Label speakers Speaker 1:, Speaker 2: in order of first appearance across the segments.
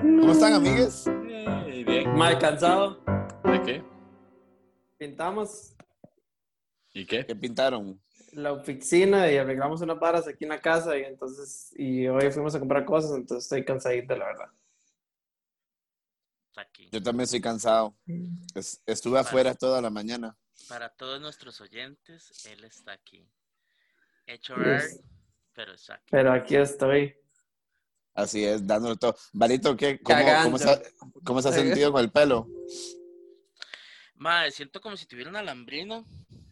Speaker 1: ¿Cómo están, amigues?
Speaker 2: Eh, bien.
Speaker 3: Mal cansado.
Speaker 2: ¿De qué?
Speaker 3: Pintamos
Speaker 2: ¿Y qué?
Speaker 1: ¿Qué pintaron?
Speaker 3: la oficina y arreglamos unas varas aquí en la casa y entonces y hoy fuimos a comprar cosas, entonces estoy cansadito, la verdad.
Speaker 4: Aquí.
Speaker 1: Yo también estoy cansado. Es- estuve afuera toda la mañana.
Speaker 4: Para todos nuestros oyentes, él está aquí. Hecho
Speaker 3: Yes.
Speaker 4: raro, pero está aquí.
Speaker 3: Pero aquí estoy.
Speaker 1: Así es, dándole todo. Barito, ¿qué? ¿Cómo, cómo
Speaker 3: Cagando.
Speaker 1: se ha, cómo se ha sentido con el pelo?
Speaker 4: Mae, siento como si tuviera una lambrina.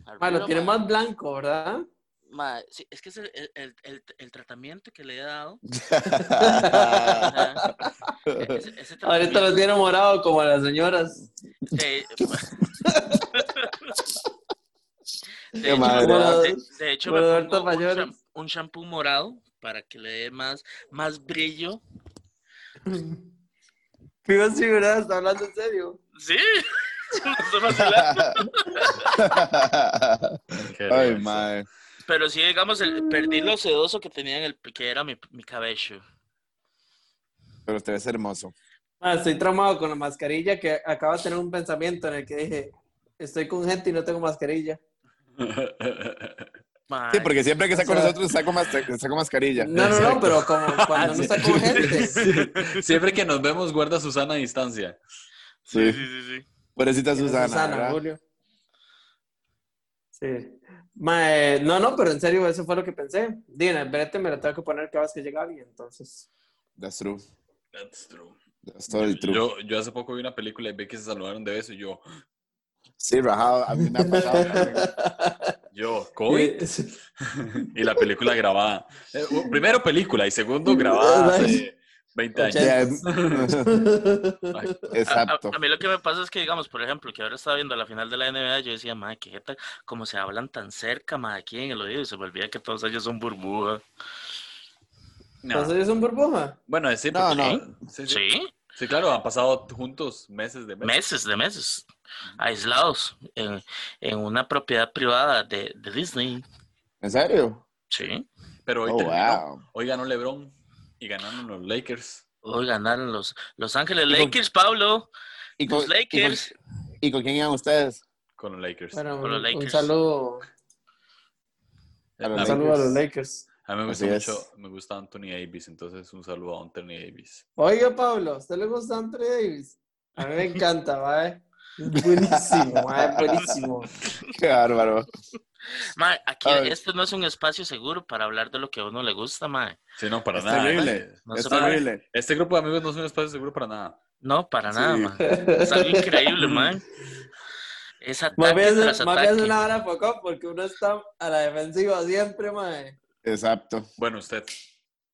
Speaker 3: Ma,
Speaker 4: Arriba,
Speaker 3: lo tiene
Speaker 4: mae.
Speaker 3: más blanco, ¿verdad?
Speaker 4: Mae, sí, es que es el, el- el- el- el tratamiento que le he dado.
Speaker 1: Ajá.
Speaker 4: Ajá. E- ese- ese
Speaker 3: Ah. Ahorita lo tiene morado como a las señoras.
Speaker 4: eh, De, De
Speaker 1: Qué
Speaker 4: hecho,
Speaker 1: madre.
Speaker 4: de- de hecho, me
Speaker 3: Bueno,
Speaker 4: pongo
Speaker 3: Alberto
Speaker 4: un,
Speaker 3: Mayores.
Speaker 4: champ- un shampoo morado para que le dé más, más brillo.
Speaker 3: Fijo, sí, ¿verdad? Está hablando en serio.
Speaker 4: Sí, no estoy vacilando.
Speaker 1: Ay, madre.
Speaker 4: pero sí, digamos, el- perdí lo sedoso que tenía en el que era mi, mi cabello.
Speaker 1: Pero usted es hermoso.
Speaker 3: Ma, Ah, estoy traumado con la mascarilla que acaba de tener un pensamiento en el que dije, estoy con gente y no tengo mascarilla.
Speaker 4: Mae,
Speaker 1: Sí, porque siempre que está con
Speaker 3: O sea-
Speaker 1: nosotros saco, mas- saco mascarilla.
Speaker 3: No, no, no, pero como cuando no está con gente.
Speaker 2: Ah, Sí. Siempre que nos vemos, guarda Susana a distancia.
Speaker 4: sí, sí, sí, sí.
Speaker 1: Pobrecita Susana. ¿verdad?
Speaker 3: Julio. Sí. Ma, eh, no, no, pero en serio, eso fue lo que pensé. Dina, brete me lo tengo que poner cada vez que llega alguien, entonces.
Speaker 1: That's true.
Speaker 2: That's true.
Speaker 1: That's totally true.
Speaker 2: Yo, yo hace poco vi una película y vi que se saludaron de beso y yo,
Speaker 1: Sí, rajado. A mí me ha pasado. también.
Speaker 2: yo, COVID. Y la película grabada. Eh, u- primero película y segundo grabada hace 20 años.
Speaker 1: Ya,
Speaker 2: Ay,
Speaker 4: A, a-
Speaker 1: Exacto.
Speaker 4: a mí lo que me pasa es que, digamos, por ejemplo, que ahora estaba viendo la final de la NBA, yo decía, madre, qué jeta, como se hablan tan cerca, madre, aquí en el oído, y se me olvida que todos ellos son burbuja.
Speaker 2: no.
Speaker 3: Entonces es un burbuja.
Speaker 2: Bueno, sí,
Speaker 1: No,
Speaker 2: porque-
Speaker 1: no.
Speaker 2: Sí, sí.
Speaker 4: Sí,
Speaker 2: Sí, claro, han pasado juntos meses de meses.
Speaker 4: meses de meses, aislados en, en una propiedad privada de, de Disney.
Speaker 1: ¿En serio?
Speaker 4: Sí,
Speaker 2: Pero hoy,
Speaker 1: Oh,
Speaker 2: terminó.
Speaker 1: wow.
Speaker 2: hoy ganó LeBron y ganaron los Lakers.
Speaker 4: hoy ganaron los Los Ángeles
Speaker 1: con-
Speaker 4: Lakers, Pablo,
Speaker 1: ¿Y
Speaker 4: los Lakers.
Speaker 1: Y con, y con quién iban ustedes?
Speaker 2: Con los Lakers.
Speaker 3: Bueno,
Speaker 4: Con Pues, los
Speaker 3: un- un
Speaker 4: Lakers.
Speaker 3: saludo,
Speaker 2: A
Speaker 1: a los
Speaker 3: un
Speaker 2: mí-
Speaker 1: Lakers.
Speaker 3: saludo a los Lakers.
Speaker 2: Eh, A mí me gusta
Speaker 1: Así es.
Speaker 2: mucho, me gusta Anthony Davis, entonces un saludo a Anthony Davis.
Speaker 3: Oiga, Pablo, ¿a usted le gusta Anthony Davis? A mí me encanta, va, eh. Es Buenísimo, va, es buenísimo.
Speaker 1: Qué bárbaro.
Speaker 4: Mae, aquí
Speaker 1: Ay.
Speaker 4: este no es un espacio seguro para hablar de lo que a uno le gusta, mae.
Speaker 2: Sí, no, para
Speaker 1: es
Speaker 2: nada.
Speaker 1: terrible.
Speaker 4: No
Speaker 1: es
Speaker 4: se puede.
Speaker 1: terrible.
Speaker 2: Este grupo de amigos no es un espacio seguro para nada.
Speaker 4: No, para
Speaker 1: Sí.
Speaker 4: nada, mae. Es algo increíble, mae. Es
Speaker 3: Más
Speaker 4: ataque
Speaker 3: bien
Speaker 4: tras
Speaker 3: más bien es
Speaker 4: ataque.
Speaker 3: una hora poco porque uno está a la defensiva siempre, mae.
Speaker 1: Exacto.
Speaker 2: Bueno, usted.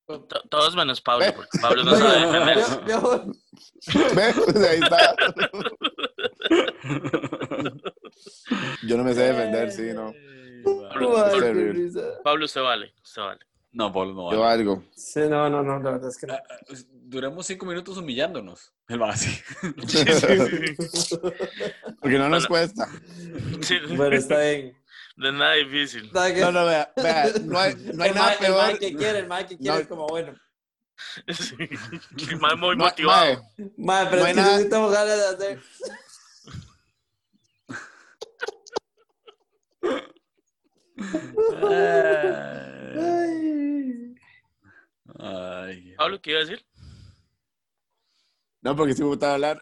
Speaker 4: To- Todos menos Pablo,
Speaker 1: Ve.
Speaker 4: porque Pablo no sabe
Speaker 3: Oiga,
Speaker 4: defenderse.
Speaker 3: yo- yo-
Speaker 1: ¿Ves? pues, Ahí está. Yo no me sé defender, sí, no.
Speaker 3: Ay, qué
Speaker 1: terrible.
Speaker 3: risa.
Speaker 4: Pablo, usted vale, usted vale.
Speaker 2: No, Pablo no
Speaker 1: Yo
Speaker 2: vale. Pues,
Speaker 1: algo.
Speaker 3: Sí, no, no, no, la verdad es que no.
Speaker 2: Duramos cinco minutos humillándonos. El va así.
Speaker 4: Sí, sí,
Speaker 1: Porque no nos cuesta.
Speaker 4: sí. Sí,
Speaker 3: Bueno, está bien.
Speaker 4: De nada difícil.
Speaker 3: Está bien.
Speaker 1: No, no, vea, vea, no hay, no hay
Speaker 3: el
Speaker 1: nada
Speaker 3: mae- el mae
Speaker 1: peor.
Speaker 3: que quiere, el mae que quiere
Speaker 1: No.
Speaker 3: es como bueno.
Speaker 4: Sí. Mae muy
Speaker 1: No,
Speaker 4: motivado.
Speaker 1: mae,
Speaker 3: Mae, pero
Speaker 1: No hay
Speaker 3: es que
Speaker 1: nada-
Speaker 3: necesitamos ganas de hacer. Ay.
Speaker 2: Ay.
Speaker 4: Pablo, ¿qué iba a decir?
Speaker 1: no, porque sí me gusta hablar.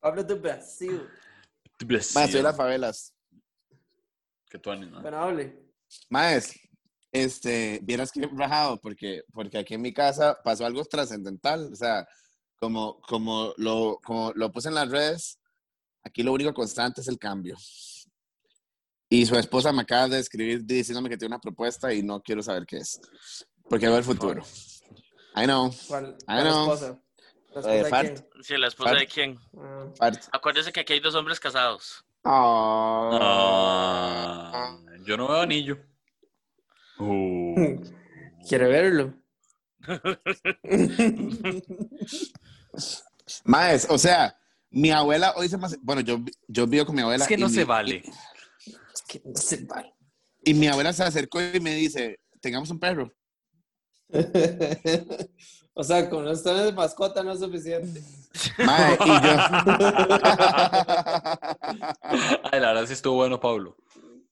Speaker 3: Pablo es de Brasil.
Speaker 1: Mae, soy de las favelas.
Speaker 2: Que tú animas.
Speaker 3: Bueno, hable.
Speaker 1: Maes, este, vieras que rajado, porque, porque aquí en mi casa pasó algo trascendental. O sea, como, como, lo, como lo puse en las redes, aquí lo único constante es el cambio. Y su esposa me acaba de escribir diciéndome que tiene una propuesta y no quiero saber qué es. Porque veo el futuro. I know.
Speaker 3: ¿Cuál,
Speaker 1: Ah,
Speaker 3: cuál
Speaker 1: no.
Speaker 3: esposa? ¿La esposa de
Speaker 1: Fart.
Speaker 3: quién?
Speaker 4: Sí, la esposa
Speaker 1: Fart.
Speaker 4: de quién.
Speaker 3: Ah.
Speaker 1: Parte.
Speaker 4: Acuérdese que aquí hay dos hombres casados.
Speaker 1: Ah.
Speaker 2: Ah, yo no veo anillo. Uh,
Speaker 3: Ah. Quiere verlo.
Speaker 1: Maes, o sea, mi abuela hoy se me hace- Bueno, yo, yo vivo con mi abuela.
Speaker 2: es que
Speaker 1: y
Speaker 2: no
Speaker 1: mi-
Speaker 2: se vale.
Speaker 3: Es que no se vale.
Speaker 1: Y, y mi abuela se acercó y me dice, tengamos un perro.
Speaker 3: o sea, con los tonos de mascota no es suficiente.
Speaker 1: Mae, y yo...
Speaker 2: Ay, la verdad sí estuvo bueno, Pablo.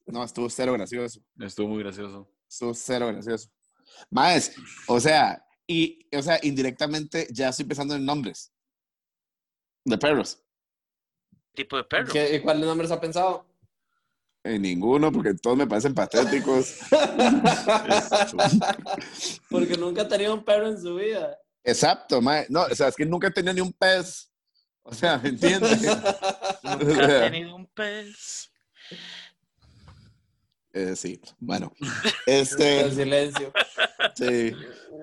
Speaker 1: no, estuvo cero gracioso.
Speaker 2: Estuvo muy gracioso.
Speaker 1: Estuvo cero gracioso. Maes, o sea, y, o sea, indirectamente ya estoy pensando en nombres. De perros.
Speaker 4: Tipo de perro.
Speaker 3: ¿Qué- ¿Y cuáles nombres ha pensado?
Speaker 1: En ninguno, porque todos me parecen patéticos.
Speaker 3: Porque nunca ha tenido un perro en su vida.
Speaker 1: Exacto, mae. No, o sea, es que nunca he tenido ni un pez. O sea, ¿me entiendes?
Speaker 4: Nunca ha tenido un pez.
Speaker 1: Eh, sí, bueno.
Speaker 3: El
Speaker 1: Este,
Speaker 3: silencio.
Speaker 1: sí, qué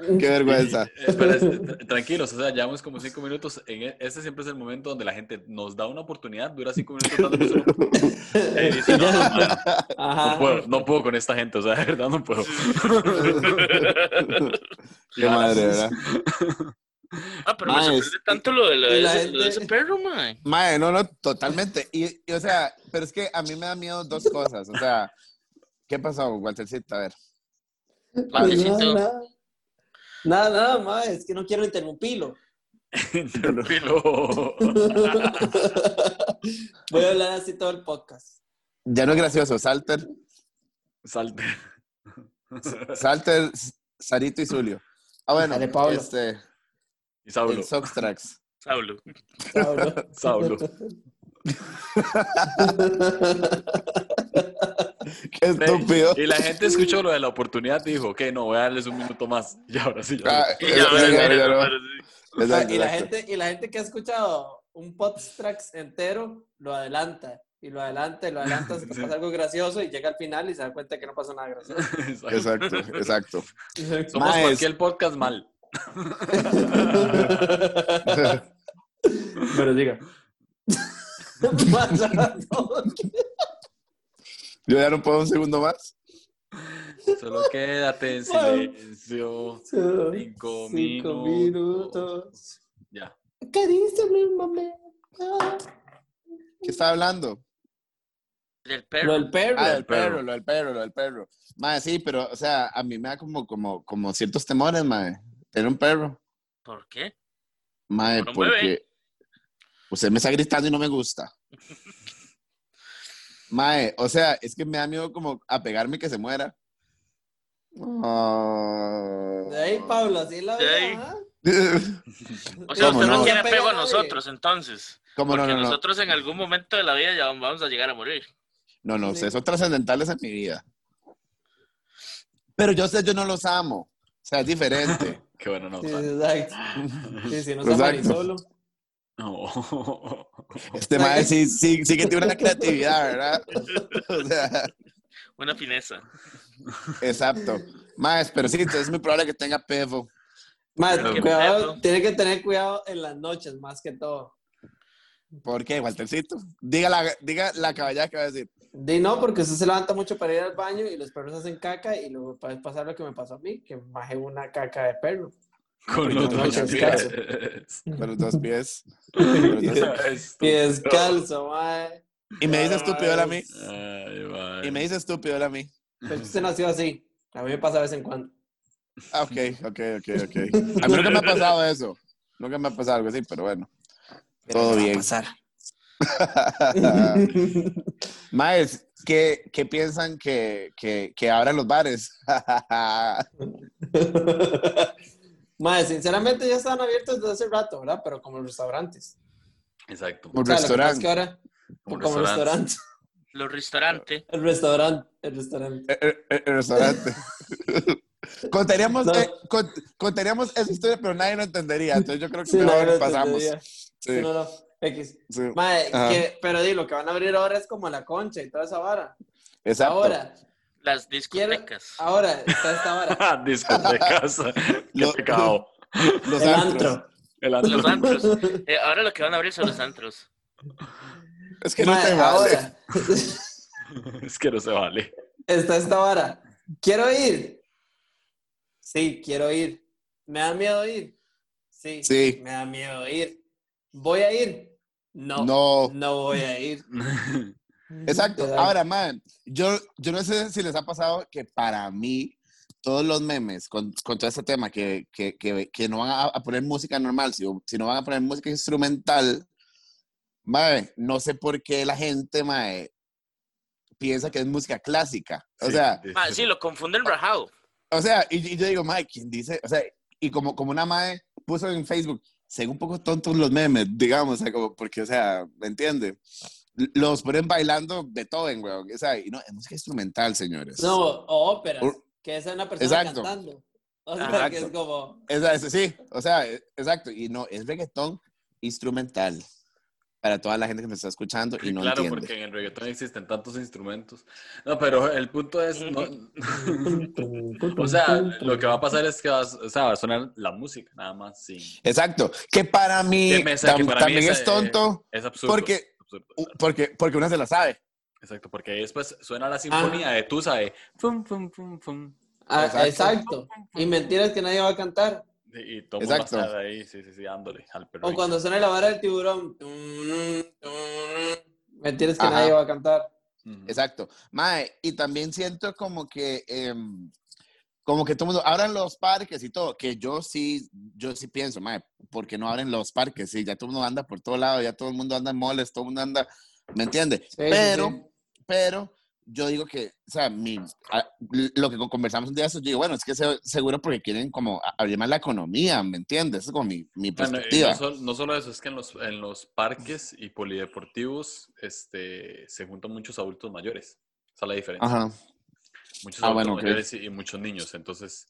Speaker 1: vergüenza.
Speaker 2: Espera, Eh, es- tra- tranquilos, o sea, llevamos como cinco minutos. En e- este siempre es el momento donde la gente nos da una oportunidad, dura cinco minutos dándonos una oportunidad, y dice, no, no, man,
Speaker 3: Ajá.
Speaker 2: no puedo, no puedo con esta gente, o sea, de verdad no puedo.
Speaker 1: Qué madre, ¿verdad?
Speaker 4: Ah, pero
Speaker 1: Mae,
Speaker 4: me sorprende tanto lo de, la-
Speaker 3: y la
Speaker 4: ese, lo de
Speaker 3: gente-
Speaker 4: ese perro, mae.
Speaker 1: Mae, no, no, totalmente. Y, y, o sea, pero es que a mí me da miedo dos cosas. O sea, ¿qué pasó, Waltercito? A ver.
Speaker 4: Matecito.
Speaker 3: Pues nada, nada, nada más. Es que no quiero interrumpirlo.
Speaker 2: Interrumpilo.
Speaker 3: Voy a hablar así todo el podcast.
Speaker 1: Ya no es gracioso, Salter,
Speaker 2: Salte.
Speaker 1: Salter, Sarito y Zulio. Ah, bueno,
Speaker 3: Dale, Pablo.
Speaker 1: este,
Speaker 2: Y Saulo.
Speaker 1: el Soxtrax.
Speaker 4: Saulo.
Speaker 3: Pablo.
Speaker 2: Saulo.
Speaker 1: Qué estúpido.
Speaker 2: Y la gente escuchó lo de la oportunidad y dijo, ok, no, voy a darles un minuto más. Y ahora sí, ya.
Speaker 1: Ah,
Speaker 4: Y
Speaker 1: eh,
Speaker 4: ya,
Speaker 1: eh,
Speaker 4: mira,
Speaker 1: eh,
Speaker 4: mira,
Speaker 1: eh,
Speaker 4: mira,
Speaker 3: O sea,
Speaker 1: exacto,
Speaker 3: Ah, y, la
Speaker 1: exacto.
Speaker 3: gente, y la gente que ha escuchado un podcast tracks entero lo adelanta. Y lo adelanta, y lo adelanta hasta que pasa algo gracioso y llega al final y se da cuenta que no pasó nada gracioso.
Speaker 2: Exacto.
Speaker 1: Exacto, exacto.
Speaker 2: Somos
Speaker 1: Maes.
Speaker 2: cualquier podcast mal.
Speaker 3: Pero diga.
Speaker 1: Yo ya no puedo un segundo más.
Speaker 2: Solo quédate en
Speaker 3: Bueno.
Speaker 2: silencio.
Speaker 3: Cinco
Speaker 2: minutos.
Speaker 3: minutos.
Speaker 2: Ya.
Speaker 3: Acaríciame, mamá.
Speaker 1: ¿Qué estaba hablando?
Speaker 4: Del
Speaker 3: Lo
Speaker 4: perro.
Speaker 3: del perro.
Speaker 1: Ah,
Speaker 2: del
Speaker 1: el perro,
Speaker 2: perro.
Speaker 1: lo del perro, lo del perro. Mae, sí, pero, o sea, a mí me da como, como, como ciertos temores, mae. Tener un perro.
Speaker 4: ¿Por qué?
Speaker 1: Mae,
Speaker 4: Por un
Speaker 1: porque
Speaker 4: bebé.
Speaker 1: usted me está gritando y no me gusta. Mae, o sea, es que me da miedo como apegarme y que se muera. Ah.
Speaker 3: De ahí, Pablo, así la
Speaker 4: De ahí.
Speaker 3: vida. ¿ah?
Speaker 4: O sea,
Speaker 1: ¿Cómo
Speaker 4: usted no,
Speaker 1: no?
Speaker 4: quiere
Speaker 3: No se pega
Speaker 4: apego
Speaker 3: a
Speaker 4: a
Speaker 3: nadie.
Speaker 4: nosotros, entonces.
Speaker 1: ¿Cómo
Speaker 4: Porque
Speaker 1: no, no, no?
Speaker 4: nosotros en algún momento de la vida ya vamos a llegar a morir.
Speaker 1: No, no, ustedes son trascendentales en mi vida. Pero yo sé, yo no los amo. O sea, es diferente.
Speaker 2: Qué bueno, no.
Speaker 3: Sí,
Speaker 2: o sea,
Speaker 3: exacto. Sí, sí, no
Speaker 1: Exacto.
Speaker 3: se solo.
Speaker 2: no.
Speaker 1: Este mae sí, sí, sí que tiene una creatividad, ¿verdad? O sea,
Speaker 4: Una fineza.
Speaker 1: exacto. Maes, pero sí, entonces es muy probable que tenga pefo.
Speaker 3: Madre,
Speaker 2: Pero-
Speaker 3: cuidado, tiene que tener cuidado en las noches más que todo.
Speaker 1: ¿Por qué, Waltercito? Diga la, diga la caballada que va a decir.
Speaker 3: Di no, porque usted se levanta mucho para ir al baño y los perros hacen caca y luego puede pasar lo que me pasó a mí, que bajé una caca de perro.
Speaker 2: Con los
Speaker 3: No,
Speaker 2: dos
Speaker 3: no,
Speaker 2: pies.
Speaker 1: Con los dos pies. Con los dos-
Speaker 3: Y descalzo, madre.
Speaker 1: Y me dice estúpido él a mí.
Speaker 2: Ay, madre.
Speaker 1: Y me dice estúpido él a mí.
Speaker 3: Pero usted nació así. A mí me pasa de vez en cuando.
Speaker 1: Ah, ok, ok, ok, ok. A mí nunca me ha pasado eso. Nunca me ha pasado algo así, pero bueno. Todo bien. Maes, ¿qué, qué piensan que, que, que abran los bares?
Speaker 3: Madre, sinceramente ya estaban abiertos desde hace rato, ¿verdad? Pero como los restaurantes.
Speaker 2: Exacto.
Speaker 1: Un
Speaker 3: O sea, lo que pasa es que
Speaker 1: restaurante.
Speaker 3: ahora, como,
Speaker 2: Como restaurante.
Speaker 3: restaurante.
Speaker 4: Los restaurantes.
Speaker 3: El restaurante, el restaurante.
Speaker 1: Eh, eh, eh, El restaurante. Contaríamos,
Speaker 3: No.
Speaker 1: eh, cont- contaríamos esa historia, pero nadie lo entendería. Entonces yo creo que
Speaker 3: Sí, la
Speaker 1: mejor
Speaker 3: verdad,
Speaker 1: pasamos.
Speaker 3: entendería.
Speaker 1: Sí,
Speaker 3: No, no, X.
Speaker 1: sí.
Speaker 3: Mae,
Speaker 1: Ajá.
Speaker 3: que- pero di, lo que van a abrir ahora es como la concha y toda esa vara.
Speaker 1: Exacto.
Speaker 3: Ahora,
Speaker 4: Las discotecas.
Speaker 3: ahora, está esta vara.
Speaker 2: Discotecas. Qué
Speaker 1: Lo-
Speaker 2: pecado.
Speaker 1: Los
Speaker 3: el
Speaker 1: antros.
Speaker 3: antro.
Speaker 2: El antro.
Speaker 4: Los antros. Eh, ahora lo que van a abrir son los antros.
Speaker 1: Es que no
Speaker 3: Mae,
Speaker 1: te vale.
Speaker 3: ahora,
Speaker 2: Es que no se vale.
Speaker 3: está esta vara. ¿Quiero ir? Sí, quiero ir. ¿Me da miedo ir? Sí.
Speaker 1: Sí.
Speaker 3: Me da miedo ir. ¿Voy a ir? No.
Speaker 1: No.
Speaker 3: No voy a ir.
Speaker 1: Exacto.
Speaker 3: Literal.
Speaker 1: Ahora, man, yo, yo no sé si les ha pasado que para mí todos los memes con, con todo este tema que, que, que, que no van a, a poner música normal, si- sino van a poner música instrumental, mae, no sé por qué la gente, mae, piensa que es música clásica. O sea,
Speaker 4: Ma, Ah, sí, lo confunden rajado.
Speaker 1: o sea, y, y yo digo, mae, ¿quién dice? O sea, y como, como una mae puso en Facebook, según un poco tontos los memes, digamos, o sea, como porque, o sea, ¿me entiende? Los ponen bailando Beethoven, weón. O sea, y no, es música instrumental, señores.
Speaker 3: No, o óperas.
Speaker 1: Or-
Speaker 3: Que es una persona
Speaker 1: Exacto.
Speaker 3: cantando. O sea,
Speaker 1: Exacto.
Speaker 3: que es como.
Speaker 1: Es- es- sí, o sea, e- exacto. Y no, es reggaetón instrumental para toda la gente que me está escuchando y no
Speaker 2: claro,
Speaker 1: entiende.
Speaker 2: porque en el reggaetón existen tantos instrumentos. No, pero el punto es, no- o sea, lo que va a pasar es que va, a- o sea, va a sonar la música, nada más, sí.
Speaker 1: Exacto. Que para mí,
Speaker 2: Que me- o sea, que
Speaker 1: tam-
Speaker 2: para mí
Speaker 1: también
Speaker 2: esa-
Speaker 1: es tonto
Speaker 2: Es absurdo.
Speaker 1: Porque-
Speaker 2: es absurdo, claro.
Speaker 1: porque, porque uno se la sabe.
Speaker 2: Exacto, porque ahí después suena
Speaker 1: Ah.
Speaker 2: la sinfonía de Tusa de fum, fum, fum, fum,
Speaker 3: Ah,
Speaker 1: Exacto.
Speaker 3: exacto. Y mentiras que nadie va a cantar.
Speaker 2: y, y todo el mundo
Speaker 1: Exacto.
Speaker 2: está ahí, sí, sí, sí, dándole al perro.
Speaker 3: O cuando suena la vara del tiburón. Mentiras que
Speaker 1: Ajá.
Speaker 3: nadie va a cantar.
Speaker 2: Ujú.
Speaker 1: Exacto. Mae, y también siento como que, em, como que todo el mundo, abran los parques y todo, que yo sí, yo sí pienso, mae, ¿por qué no abren los parques? Sí, ya todo el mundo anda por todo lado, ya todo el mundo anda en moles, todo el mundo anda, ¿me entiendes?
Speaker 3: Sí, sí,
Speaker 1: pero,
Speaker 3: sí.
Speaker 1: pero, yo digo que, o sea, mi, a- lo que conversamos un día, eso, yo digo, bueno, es que se- seguro porque quieren como a- abrir más la economía, ¿me entiendes? Esa es como mi,
Speaker 2: Bueno,
Speaker 1: mi
Speaker 2: y
Speaker 1: perspectiva.
Speaker 2: no, sol- no solo eso, es que en los, en los parques y polideportivos este, se juntan muchos adultos mayores. Esa es la diferencia.
Speaker 1: Ajá.
Speaker 2: Muchos
Speaker 1: Ah,
Speaker 2: adultos
Speaker 1: bueno, ok.
Speaker 2: mayores y, y muchos niños. Entonces,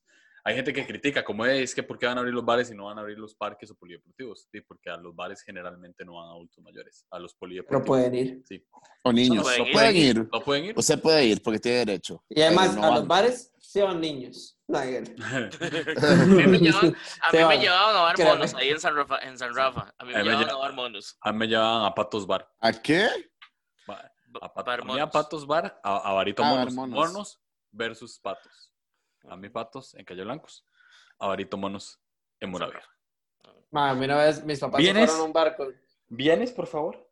Speaker 2: hay gente que critica, como "Ey, es que ¿por qué van a abrir los bares y no van a abrir los parques o polideportivos? Sí, porque a los bares generalmente no van adultos mayores, a los polideportivos.
Speaker 3: Pero pueden ir.
Speaker 2: Sí.
Speaker 1: O niños,
Speaker 4: pueden
Speaker 1: no
Speaker 4: ir.
Speaker 1: pueden ir.
Speaker 2: ¿No pueden ir?
Speaker 1: Usted puede ir porque tiene derecho.
Speaker 3: Y además,
Speaker 1: pero no
Speaker 3: a
Speaker 1: van.
Speaker 3: los bares sí van niños. Nadie.
Speaker 4: a mí me llevaban a, mí
Speaker 3: Se
Speaker 4: me
Speaker 3: va.
Speaker 4: llevaban a bar
Speaker 3: Créame.
Speaker 4: monos ahí en San Rafa. En San Rafa. A mí me
Speaker 2: Ahí me
Speaker 4: llevaban a
Speaker 2: lle-
Speaker 4: bar monos.
Speaker 2: a mí me llevaban a Patos Bar.
Speaker 1: ¿A qué?
Speaker 2: Ba-
Speaker 4: Ba-
Speaker 2: A, Pat-
Speaker 4: bar
Speaker 2: a mí a
Speaker 4: monos.
Speaker 2: Patos Bar, a, a Barito
Speaker 1: Ah,
Speaker 2: monos.
Speaker 1: bar monos.
Speaker 2: Monos versus Patos. A mí Patos en Calle Blancos. A Barito Monos en Moravia.
Speaker 3: Mami, una vez mis papás se
Speaker 2: ¿Vienes?
Speaker 3: fueron a un barco.
Speaker 2: ¿Vienes, por favor?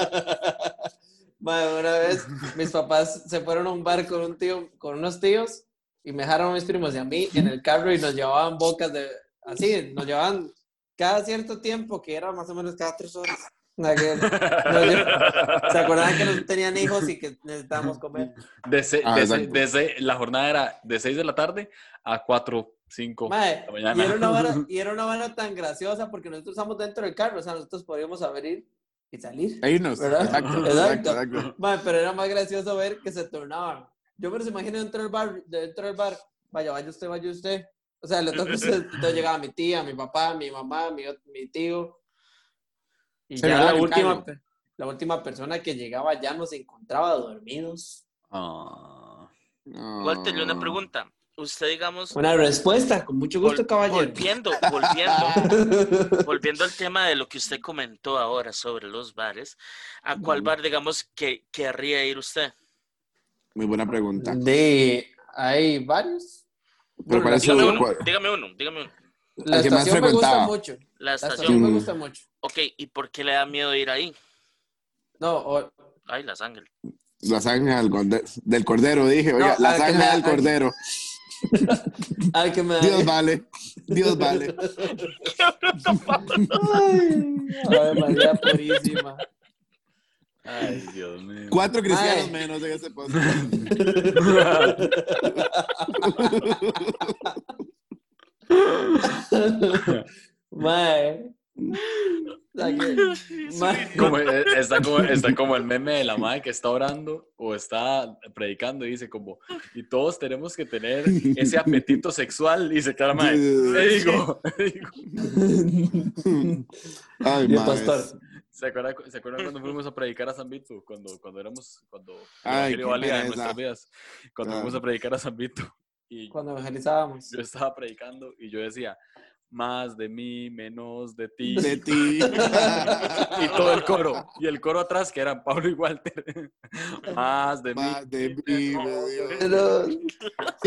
Speaker 3: Madre, una vez mis papás se fueron a un bar con un tío, con unos tíos y me dejaron a mis primos y a mí en el carro y nos llevaban bocas de así, nos llevaban cada cierto tiempo que era más o menos cada tres horas. Nada que- nos lle- ¿Se acordaban que no tenían hijos y que necesitábamos comer?
Speaker 2: Desde,
Speaker 1: Ah, exacto.
Speaker 2: la jornada era de 6 de la tarde a 4, 5
Speaker 3: Madre,
Speaker 2: de la mañana.
Speaker 3: y, era una vara, y era una vara tan graciosa porque nosotros estamos dentro del carro, o sea, nosotros podíamos haber ir y salir.
Speaker 1: Ahí nos.
Speaker 3: ¿Verdad?
Speaker 1: Exacto,
Speaker 3: Exacto.
Speaker 1: exacto, exacto.
Speaker 3: Mae, pero era más gracioso ver que se turnaban. Yo me los imagino dentro del bar, dentro del bar, vaya, vaya usted, vaya usted. O sea, le toca a usted, entonces llegaba mi tía, mi papá, mi mamá, mi, ot- mi tío. Y
Speaker 1: Se
Speaker 3: ya
Speaker 1: ganaba
Speaker 3: la
Speaker 1: el
Speaker 3: última,
Speaker 1: cargo.
Speaker 3: pe- la última persona que llegaba ya nos encontraba dormidos.
Speaker 2: Ah.
Speaker 4: Walter, le una
Speaker 1: Mm. Ah,
Speaker 4: pregunta. Usted, digamos,
Speaker 3: Una respuesta, con mucho gusto,
Speaker 4: vol-
Speaker 3: caballero.
Speaker 4: volviendo, volviendo, volviendo al tema de lo que usted comentó ahora sobre los bares, ¿a cuál bar, digamos, que querría ir usted?
Speaker 1: Muy buena pregunta.
Speaker 3: De, hay varios.
Speaker 1: Pero
Speaker 3: la,
Speaker 1: parece-
Speaker 4: Dígame
Speaker 1: Seguro,
Speaker 4: uno,
Speaker 1: ¿cuál?
Speaker 4: dígame uno, dígame uno.
Speaker 3: la
Speaker 1: el que más
Speaker 3: estación me gusta
Speaker 1: frecuentaba.
Speaker 3: mucho.
Speaker 4: La
Speaker 3: La
Speaker 4: estación.
Speaker 3: estación me
Speaker 1: Mm.
Speaker 3: gusta mucho.
Speaker 4: Ok, ¿y por qué le da miedo ir ahí?
Speaker 3: No, o-
Speaker 4: Ay, la sangre.
Speaker 1: La sangre del corde- del cordero, dije. Oiga,
Speaker 3: No,
Speaker 1: la
Speaker 3: al que
Speaker 1: sangre
Speaker 3: me-
Speaker 1: del cordero.
Speaker 3: al que me da
Speaker 1: Dios vale. Dios vale.
Speaker 3: Ave María purísima.
Speaker 2: Ay, Dios mío.
Speaker 1: Cuatro cristianos
Speaker 3: Ay.
Speaker 1: menos en ese podcast.
Speaker 3: Mae. O sea que- mae.
Speaker 2: Como- eh, está, como, está como el meme de la madre que está orando o está predicando y dice como, y todos tenemos que tener ese apetito sexual y se queda la madre. "Te digo, te digo".
Speaker 1: Ay,
Speaker 3: Bien,
Speaker 1: maes.
Speaker 3: pastor.
Speaker 2: ¿Se acuerdan cu- se acuerdan cuando fuimos a predicar a San Vito? Cuando, cuando éramos, cuando el
Speaker 1: Ay,
Speaker 2: Evangelio
Speaker 1: qué
Speaker 2: valía en
Speaker 1: pereza.
Speaker 2: nuestras vidas, cuando
Speaker 1: Ah.
Speaker 2: fuimos a predicar a San Vito y
Speaker 3: Cuando evangelizábamos.
Speaker 2: yo estaba predicando y yo decía, más de mí, menos de ti.
Speaker 1: De ti.
Speaker 2: Y todo el coro. Y el coro atrás, que eran Pablo y Walter. Más de mí.
Speaker 1: Ma, de mí, me dio.
Speaker 3: Pero,
Speaker 1: Sí,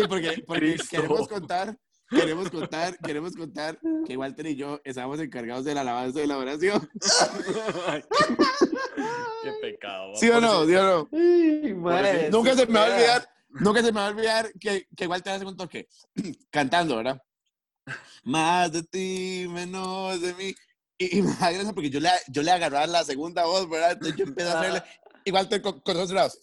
Speaker 1: porque, porque
Speaker 2: Cristo.
Speaker 1: queremos contar, queremos contar, queremos contar que Walter y yo estábamos encargados de la alabanza y la oración.
Speaker 2: Ay, qué- Qué pecado. va,
Speaker 1: ¿Sí o no?
Speaker 2: pobrecito.
Speaker 1: ¿Sí o no?
Speaker 3: ay, mae,
Speaker 1: Nunca se me va a
Speaker 3: vea.
Speaker 1: olvidar, nunca se me va a olvidar que, que Walter hace un toque cantando, ¿verdad? Más de ti, menos de mí. Y, y me da gracia porque yo le, yo le agarraba la segunda voz, ¿verdad? Entonces yo empecé a
Speaker 3: Ah,
Speaker 1: hacerle, y Walter con, con los brazos.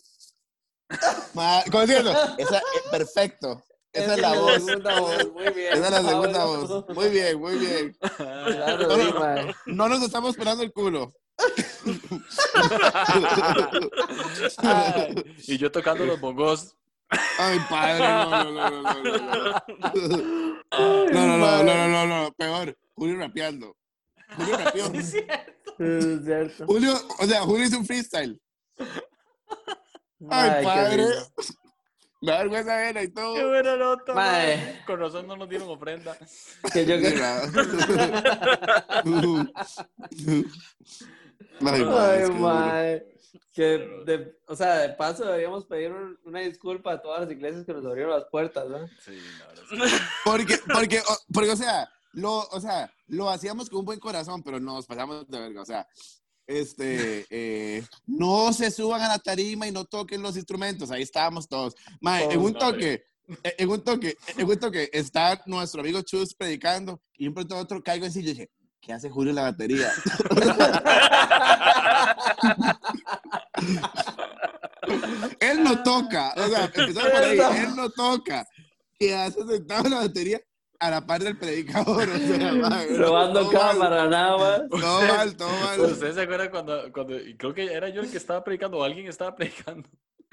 Speaker 1: Ma- ¿Cómo decirlo? Esa, eh, perfecto. Esa es la
Speaker 3: la
Speaker 1: voz.
Speaker 3: segunda voz, muy bien.
Speaker 1: Esa es la segunda
Speaker 3: Ah,
Speaker 1: voz.
Speaker 3: bueno.
Speaker 1: Muy bien, muy bien.
Speaker 3: Claro,
Speaker 1: No, no.
Speaker 3: sí, mae.
Speaker 1: No nos estamos pelando el culo.
Speaker 2: Ay, Y yo tocando los bongos.
Speaker 1: Ay, padre, no, no, no, no, no, no, no, no, no, no, no, no, no, peor, Julio rapeando. Julio rapeó.
Speaker 3: Es cierto.
Speaker 1: Julio, o sea, Julio hizo un freestyle. Ay,
Speaker 3: Mae, qué
Speaker 1: padre.
Speaker 3: risa.
Speaker 1: Me da vergüenza verla y
Speaker 2: Qué
Speaker 1: todo.
Speaker 2: buena nota.
Speaker 3: Mae.
Speaker 2: mae. Con razón no nos dieron ofrenda.
Speaker 3: Que yo que-
Speaker 1: Ay, madre,
Speaker 3: Ay,
Speaker 1: es que Julio-
Speaker 3: mae. Que de- o sea, de paso deberíamos pedir un- una disculpa a todas las iglesias que nos abrieron las puertas, ¿no?
Speaker 2: Sí, la verdad.
Speaker 1: Porque, porque, o- porque, o sea, lo, o sea, lo hacíamos con un buen corazón, pero nos pasamos de verga. O sea, este, eh, no se suban a la tarima y no toquen los instrumentos. Ahí estábamos todos. Mae, en un
Speaker 2: Todos,
Speaker 1: toque, eh, en un toque, en un toque, está nuestro amigo Chus predicando y un pronto a otro caigo en sí y yo dije, ¿qué hace Julio en la batería? él no toca. O sea, empezamos por ahí. Él no toca. ¿Qué hace sentado en la batería? A la par del predicador, o sea, mae,
Speaker 3: Probando
Speaker 1: todo mal.
Speaker 3: cámara, nada más.
Speaker 1: Todo mal, todo mal.
Speaker 2: ¿Ustedes se acuerdan cuando, cuando, y creo que era yo el que estaba predicando o alguien estaba predicando?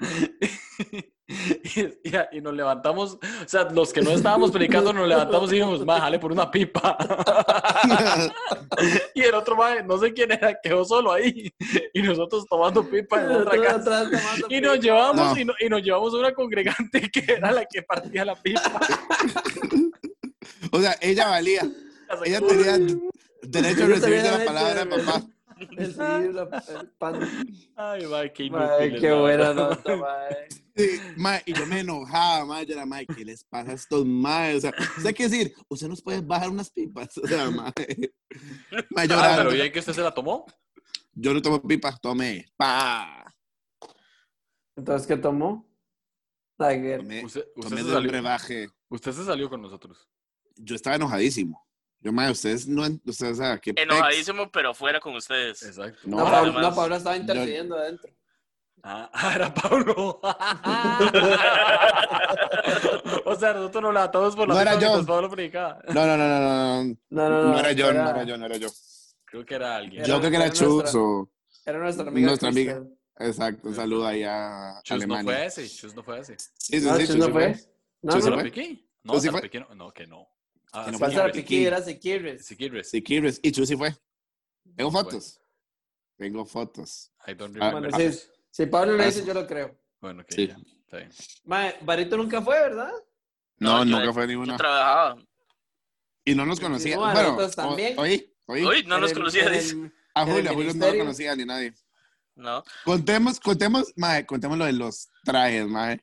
Speaker 2: y, y a- y nos levantamos, o sea, los que no estábamos predicando nos levantamos y dijimos, "Ma, jale por una pipa. y el otro, mae, no sé quién era, quedó solo ahí. Y nosotros tomando pipa en otra
Speaker 3: Nosotros
Speaker 2: casa.
Speaker 3: atrás tomando
Speaker 2: Y nos llevamos,
Speaker 1: No.
Speaker 2: y, no- y nos llevamos una congregante que era la que partía la pipa.
Speaker 1: O sea, ella valía. Ella tenía derecho a
Speaker 3: Ella
Speaker 1: recibir de
Speaker 3: tenía
Speaker 1: la palabra de
Speaker 3: derecho,
Speaker 1: papá.
Speaker 3: Sí, la- el pan.
Speaker 2: Ay, mae, qué inútil.
Speaker 3: Mae, qué buena nota, mae.
Speaker 1: Sí, mae, y yo me enojaba, mae, yo era, mae, ¿qué les pasa a estos mae? O sea, usted qué decir, usted nos puede bajar unas pipas, o sea, mae.
Speaker 2: Ah,
Speaker 1: Mae, llorando.
Speaker 2: pero bien que usted se la tomó.
Speaker 1: Yo no tomo pipas, tomé. Pa.
Speaker 3: Entonces, ¿qué tomó? Lager.
Speaker 1: Tomé,
Speaker 2: Usted, usted
Speaker 1: Eh, tomé
Speaker 2: se
Speaker 1: de un
Speaker 2: salió,
Speaker 1: brebaje.
Speaker 2: usted se salió con nosotros.
Speaker 1: Yo estaba enojadísimo. Yo, mae, ustedes no, en- ustedes, o sea, qué pex.
Speaker 4: Enojadísimo, pero fuera con ustedes.
Speaker 2: Exacto.
Speaker 1: No,
Speaker 3: No,
Speaker 4: Ahora
Speaker 3: Pablo,
Speaker 4: además.
Speaker 3: no, Pablo estaba intercediendo adentro.
Speaker 2: Ah, ah, era Pablo. Ah, o sea, nosotros nos levantamos por la
Speaker 1: No era
Speaker 2: misma
Speaker 1: yo.
Speaker 2: mientras Pablo predicaba.
Speaker 1: no, no, no, no, no,
Speaker 3: No, no,
Speaker 1: no,
Speaker 3: no.
Speaker 1: no era yo, no era yo, no era yo.
Speaker 2: Creo que era alguien.
Speaker 1: Yo creo que era
Speaker 3: era nuestra-
Speaker 1: Chus o...
Speaker 3: Era nuestra amiga.
Speaker 1: Nuestra amiga.
Speaker 3: Kristen.
Speaker 1: Exacto, un saludo ahí a
Speaker 2: Chus
Speaker 1: Alemania.
Speaker 2: no fue ese, Chus no fue ese.
Speaker 1: Sí, sí,
Speaker 3: No,
Speaker 1: sí,
Speaker 3: Chus
Speaker 1: Chus
Speaker 3: no
Speaker 1: sí
Speaker 3: fue. No,
Speaker 1: Chus
Speaker 2: ¿Chus
Speaker 1: sí
Speaker 3: no,
Speaker 2: era
Speaker 1: fue.
Speaker 2: Piqui?
Speaker 1: ¿Tú
Speaker 2: No,
Speaker 1: sí
Speaker 2: era
Speaker 1: fue?
Speaker 2: Piqui no, no, que no. Ah,
Speaker 1: Que no
Speaker 3: Pasa
Speaker 1: fue.
Speaker 3: a Piqui, era Sequires.
Speaker 2: Siquirres.
Speaker 1: Siquirres y Chusi fue. Tengo
Speaker 2: Bueno.
Speaker 1: fotos. Tengo fotos.
Speaker 2: I don't
Speaker 1: Ah,
Speaker 2: remember.
Speaker 3: Bueno, sí, si Pablo lo
Speaker 1: Ah,
Speaker 3: dice,
Speaker 1: sí.
Speaker 3: yo lo creo.
Speaker 2: Bueno, que
Speaker 1: Sí.
Speaker 2: ya, está bien.
Speaker 3: Mae, Barito nunca fue, ¿verdad?
Speaker 1: No,
Speaker 4: No, yo-
Speaker 1: nunca fue ninguna.
Speaker 4: Yo trabajaba.
Speaker 1: Y no nos conocía.
Speaker 3: Bueno,
Speaker 1: Bueno,
Speaker 3: nosotros
Speaker 1: o-
Speaker 3: también.
Speaker 1: oí, oí.
Speaker 4: Uy, no
Speaker 3: En
Speaker 4: nos
Speaker 3: el-
Speaker 4: conocía,
Speaker 3: en el-
Speaker 4: dice.
Speaker 1: A
Speaker 3: en el
Speaker 1: Julio, a Julio no lo
Speaker 3: ministerio.
Speaker 1: conocía ni nadie.
Speaker 4: No.
Speaker 1: Contemos, contemos, mae, contemos lo de los trajes, mae.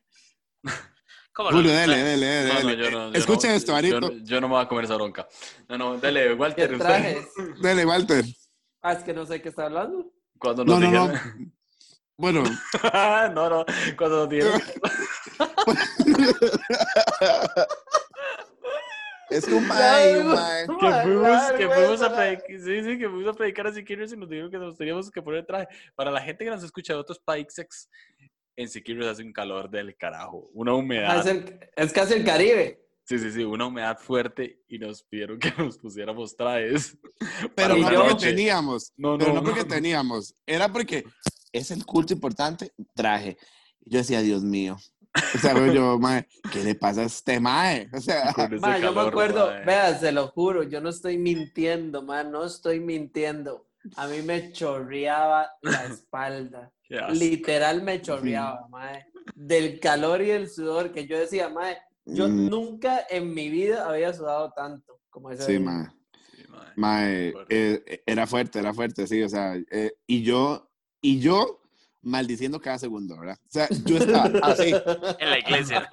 Speaker 4: ¿Cómo no?
Speaker 1: Julio, dele, dele, dele.
Speaker 2: Ah, No, no,
Speaker 1: dele.
Speaker 2: yo no, yo no.
Speaker 1: Escuchen esto,
Speaker 2: Yo,
Speaker 1: Arito.
Speaker 2: no- yo no me voy a comer esa bronca. No, no, dale,
Speaker 3: ¿Qué
Speaker 2: Walter. usted.
Speaker 3: trajes?
Speaker 1: Dele, Walter.
Speaker 3: Ah, es que no sé qué está hablando.
Speaker 2: Cuando
Speaker 1: No,
Speaker 2: nos
Speaker 1: no, no.
Speaker 2: dijeron.
Speaker 1: Bueno,
Speaker 2: No, no, Cuando nos dijeron.
Speaker 1: es que un mae, un mae.
Speaker 2: que
Speaker 3: Mae,
Speaker 2: fuimos,
Speaker 3: mae,
Speaker 2: que
Speaker 3: güey,
Speaker 2: fuimos a
Speaker 3: mae.
Speaker 2: predicar, sí, sí, que fuimos a predicar a Siquirres y nos dijeron que nos teníamos que poner traje. Para la gente que nos escucha de otros países, en Siquirres hace un calor del carajo, una
Speaker 3: Ah,
Speaker 2: humedad,
Speaker 3: Es, el- es casi el Caribe.
Speaker 2: sí, sí, sí, una humedad fuerte y nos pidieron que nos pusiéramos trajes. para
Speaker 1: Pero no
Speaker 2: una
Speaker 3: yo-
Speaker 1: porque
Speaker 2: noche.
Speaker 1: teníamos.
Speaker 2: No,
Speaker 1: Pero
Speaker 2: no,
Speaker 1: no porque
Speaker 2: no.
Speaker 1: teníamos. Era porque es el culto importante, traje. Y yo decía, Dios mío. O sea, güey, yo, mae, ¿qué le pasa a este mae? O sea,
Speaker 2: Con ese
Speaker 3: Mae, Ah, yo me
Speaker 2: calor,
Speaker 3: acuerdo,
Speaker 2: mae.
Speaker 3: vea, se lo juro, yo no estoy mintiendo, mae, no estoy mintiendo. A mí me chorreaba la espalda.
Speaker 2: Qué asco.
Speaker 3: Literal me chorreaba, mae. Del calor y el sudor que yo decía, mae, yo
Speaker 1: Mm.
Speaker 3: nunca en mi vida había sudado tanto como ese
Speaker 1: sí,
Speaker 3: día.
Speaker 1: mae.
Speaker 2: mae.
Speaker 1: Mae,
Speaker 2: Fuerte.
Speaker 1: eh, era fuerte, era fuerte, sí, o sea, eh, y yo, y yo maldiciendo cada segundo, ¿verdad? O sea, yo estaba
Speaker 2: Ah,
Speaker 1: así,
Speaker 4: En la iglesia.